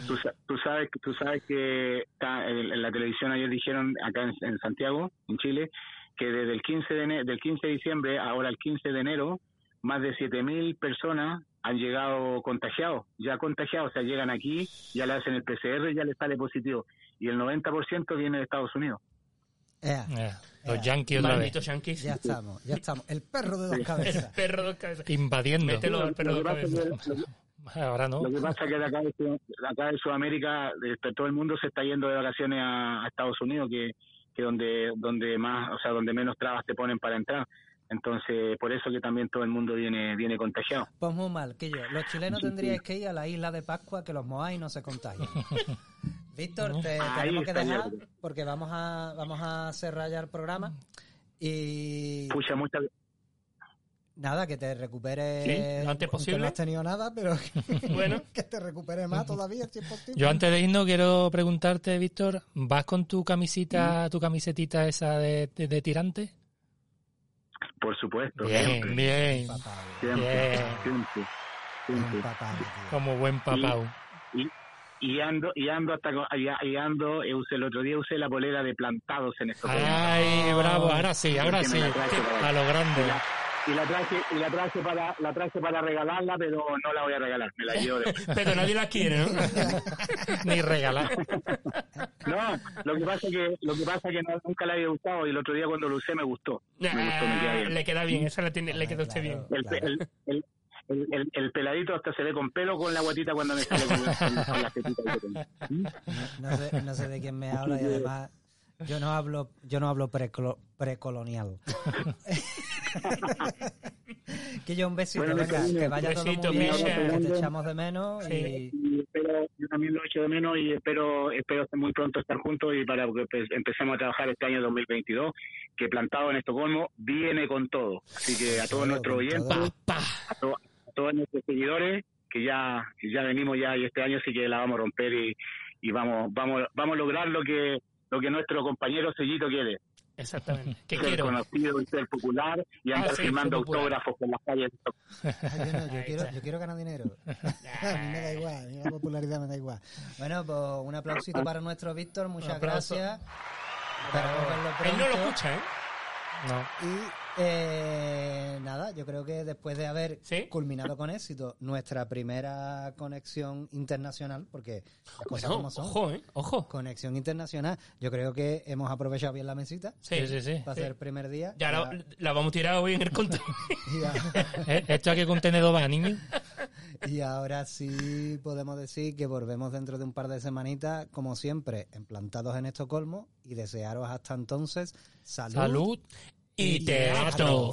Speaker 5: tú, sa- tú sabes, tú sabes que está- en, en la televisión ayer dijeron acá en, en Santiago, en Chile, que desde el 15 de, ene- del 15 de diciembre, ahora el 15 de enero, más de 7.000 personas han llegado contagiados, ya contagiados, o sea, llegan aquí, ya le hacen el PCR, ya les sale positivo. Y el 90% viene de Estados Unidos.
Speaker 1: Ea,
Speaker 3: Eh, los yankees otra vez,
Speaker 2: Maldito yankees.
Speaker 1: ya estamos, ya estamos. El perro de dos cabezas.
Speaker 2: Perro dos cabezas.
Speaker 3: invadiendo.
Speaker 2: Mételo al perro
Speaker 5: Lo
Speaker 2: dos
Speaker 5: que pasa es
Speaker 2: cabezas.
Speaker 5: que- lo que-
Speaker 3: Ahora no.
Speaker 5: Lo que pasa es que de acá de, Sud- de acá de Sudamérica este, todo el mundo se está yendo de vacaciones a, a Estados Unidos, que, que donde donde más, o sea, donde menos trabas te ponen para entrar. Entonces, por eso que también todo el mundo viene viene contagiado.
Speaker 1: Pues muy mal, que yo. Los chilenos tendríais que ir a la isla de Pascua que los Moai no se contagian. Víctor, te
Speaker 5: Ahí
Speaker 1: tenemos que
Speaker 5: está ya.
Speaker 1: dejar porque vamos a, vamos a cerrar ya el programa. Y
Speaker 5: Escucha muchas
Speaker 1: nada, que te recuperes.
Speaker 2: Sí, lo antes
Speaker 1: que
Speaker 2: posible.
Speaker 1: no has tenido nada, pero que,
Speaker 2: Bueno.
Speaker 1: que te recuperes más todavía, si es posible.
Speaker 3: Yo antes de irnos quiero preguntarte, Víctor, ¿vas con tu
Speaker 2: Mm.
Speaker 5: Mm.
Speaker 3: camisita, tu camisetita esa de, de- de tirante?
Speaker 5: por supuesto.
Speaker 3: Bien,
Speaker 5: siempre,
Speaker 3: bien,
Speaker 1: Papá,
Speaker 5: siempre,
Speaker 3: bien.
Speaker 5: siempre, siempre.
Speaker 1: un papá, tío.
Speaker 3: como buen papau.
Speaker 5: Y ando, y ando hasta con- y, y ando, eh, usé- el otro día usé la polera de plantados en estos
Speaker 3: Ah.
Speaker 5: días.
Speaker 3: Ay, bravo, ahora sí, ahora sí, a lo grande.
Speaker 5: Y la traje, y la traje para, la traje para regalarla, pero no la voy a regalar, me la llevo después.
Speaker 2: Pero nadie las quiere, ¿no?
Speaker 3: Ni regalar.
Speaker 5: No, lo que pasa que lo que pasa que no- nunca le había gustado y el otro día cuando lo usé me gustó. Me gustó, me queda
Speaker 2: Ah,
Speaker 5: bien.
Speaker 2: le queda bien, esa la tiene, le queda usted bien.
Speaker 1: Claro.
Speaker 5: El, pe- el, el, el, el- el peladito hasta se ve con pelo con la guatita cuando me sale con la, con la- con la tetita que tengo.
Speaker 1: No sé, no sé de quién me habla y además yo no hablo, yo no hablo precolo- precolonial. que yo un besito,
Speaker 5: Bueno,
Speaker 1: venga,
Speaker 5: besito.
Speaker 1: que vaya todo
Speaker 2: Besito,
Speaker 1: muy bien,
Speaker 2: Micha.
Speaker 1: que te echamos de menos
Speaker 2: Sí.
Speaker 1: y
Speaker 5: Y espero, yo también lo echo de menos y espero espero muy pronto estar juntos y para que empe- empecemos a trabajar este año 2022 que plantado en Estocolmo viene con todo. Así que a
Speaker 1: Todo,
Speaker 5: todos nuestros
Speaker 1: con
Speaker 5: oyentes,
Speaker 1: todo.
Speaker 2: Pa.
Speaker 5: a, to- a todos nuestros seguidores que ya que ya venimos ya y este año sí que la vamos a romper y, y vamos vamos vamos a lograr lo que lo que nuestro compañero Sellito quiere
Speaker 2: Exactamente. ¿Qué
Speaker 5: ser
Speaker 2: quiero?
Speaker 5: conocido y ser popular y
Speaker 2: Ah,
Speaker 5: andar
Speaker 2: sí,
Speaker 5: firmando
Speaker 2: ser popular.
Speaker 5: autógrafos por las calles
Speaker 1: Ah, yo, no, yo
Speaker 2: Ahí
Speaker 1: quiero,
Speaker 2: está.
Speaker 1: yo quiero ganar dinero. A mí me da igual, a mí la popularidad me da igual. Bueno, pues un aplausito para nuestro Víctor,
Speaker 3: Un
Speaker 1: muchas
Speaker 3: aplauso.
Speaker 1: gracias. Esperamos verlo
Speaker 2: Él no lo
Speaker 1: pronto.
Speaker 2: escucha, ¿eh?
Speaker 3: No.
Speaker 1: Y eh, nada, yo creo que después de haber
Speaker 2: ¿Sí?
Speaker 1: culminado con éxito nuestra primera conexión internacional, porque las
Speaker 3: Pues
Speaker 1: cosas
Speaker 2: Bueno,
Speaker 1: como son,
Speaker 2: ojo, ¿eh? Ojo.
Speaker 1: conexión internacional, yo creo que hemos aprovechado bien la mesita
Speaker 3: Sí, sí, sí.
Speaker 1: para
Speaker 2: Sí.
Speaker 1: ser el primer día.
Speaker 2: Ya
Speaker 1: Y
Speaker 2: la, la vamos a tirar hoy en el control.
Speaker 1: y a-
Speaker 3: Eh, ¿Esto aquí contenedor va, niño?
Speaker 1: y ahora sí podemos decir que volvemos dentro de un par de semanitas, como siempre, emplantados en Estocolmo y desearos hasta entonces
Speaker 3: Salud
Speaker 2: y teatro.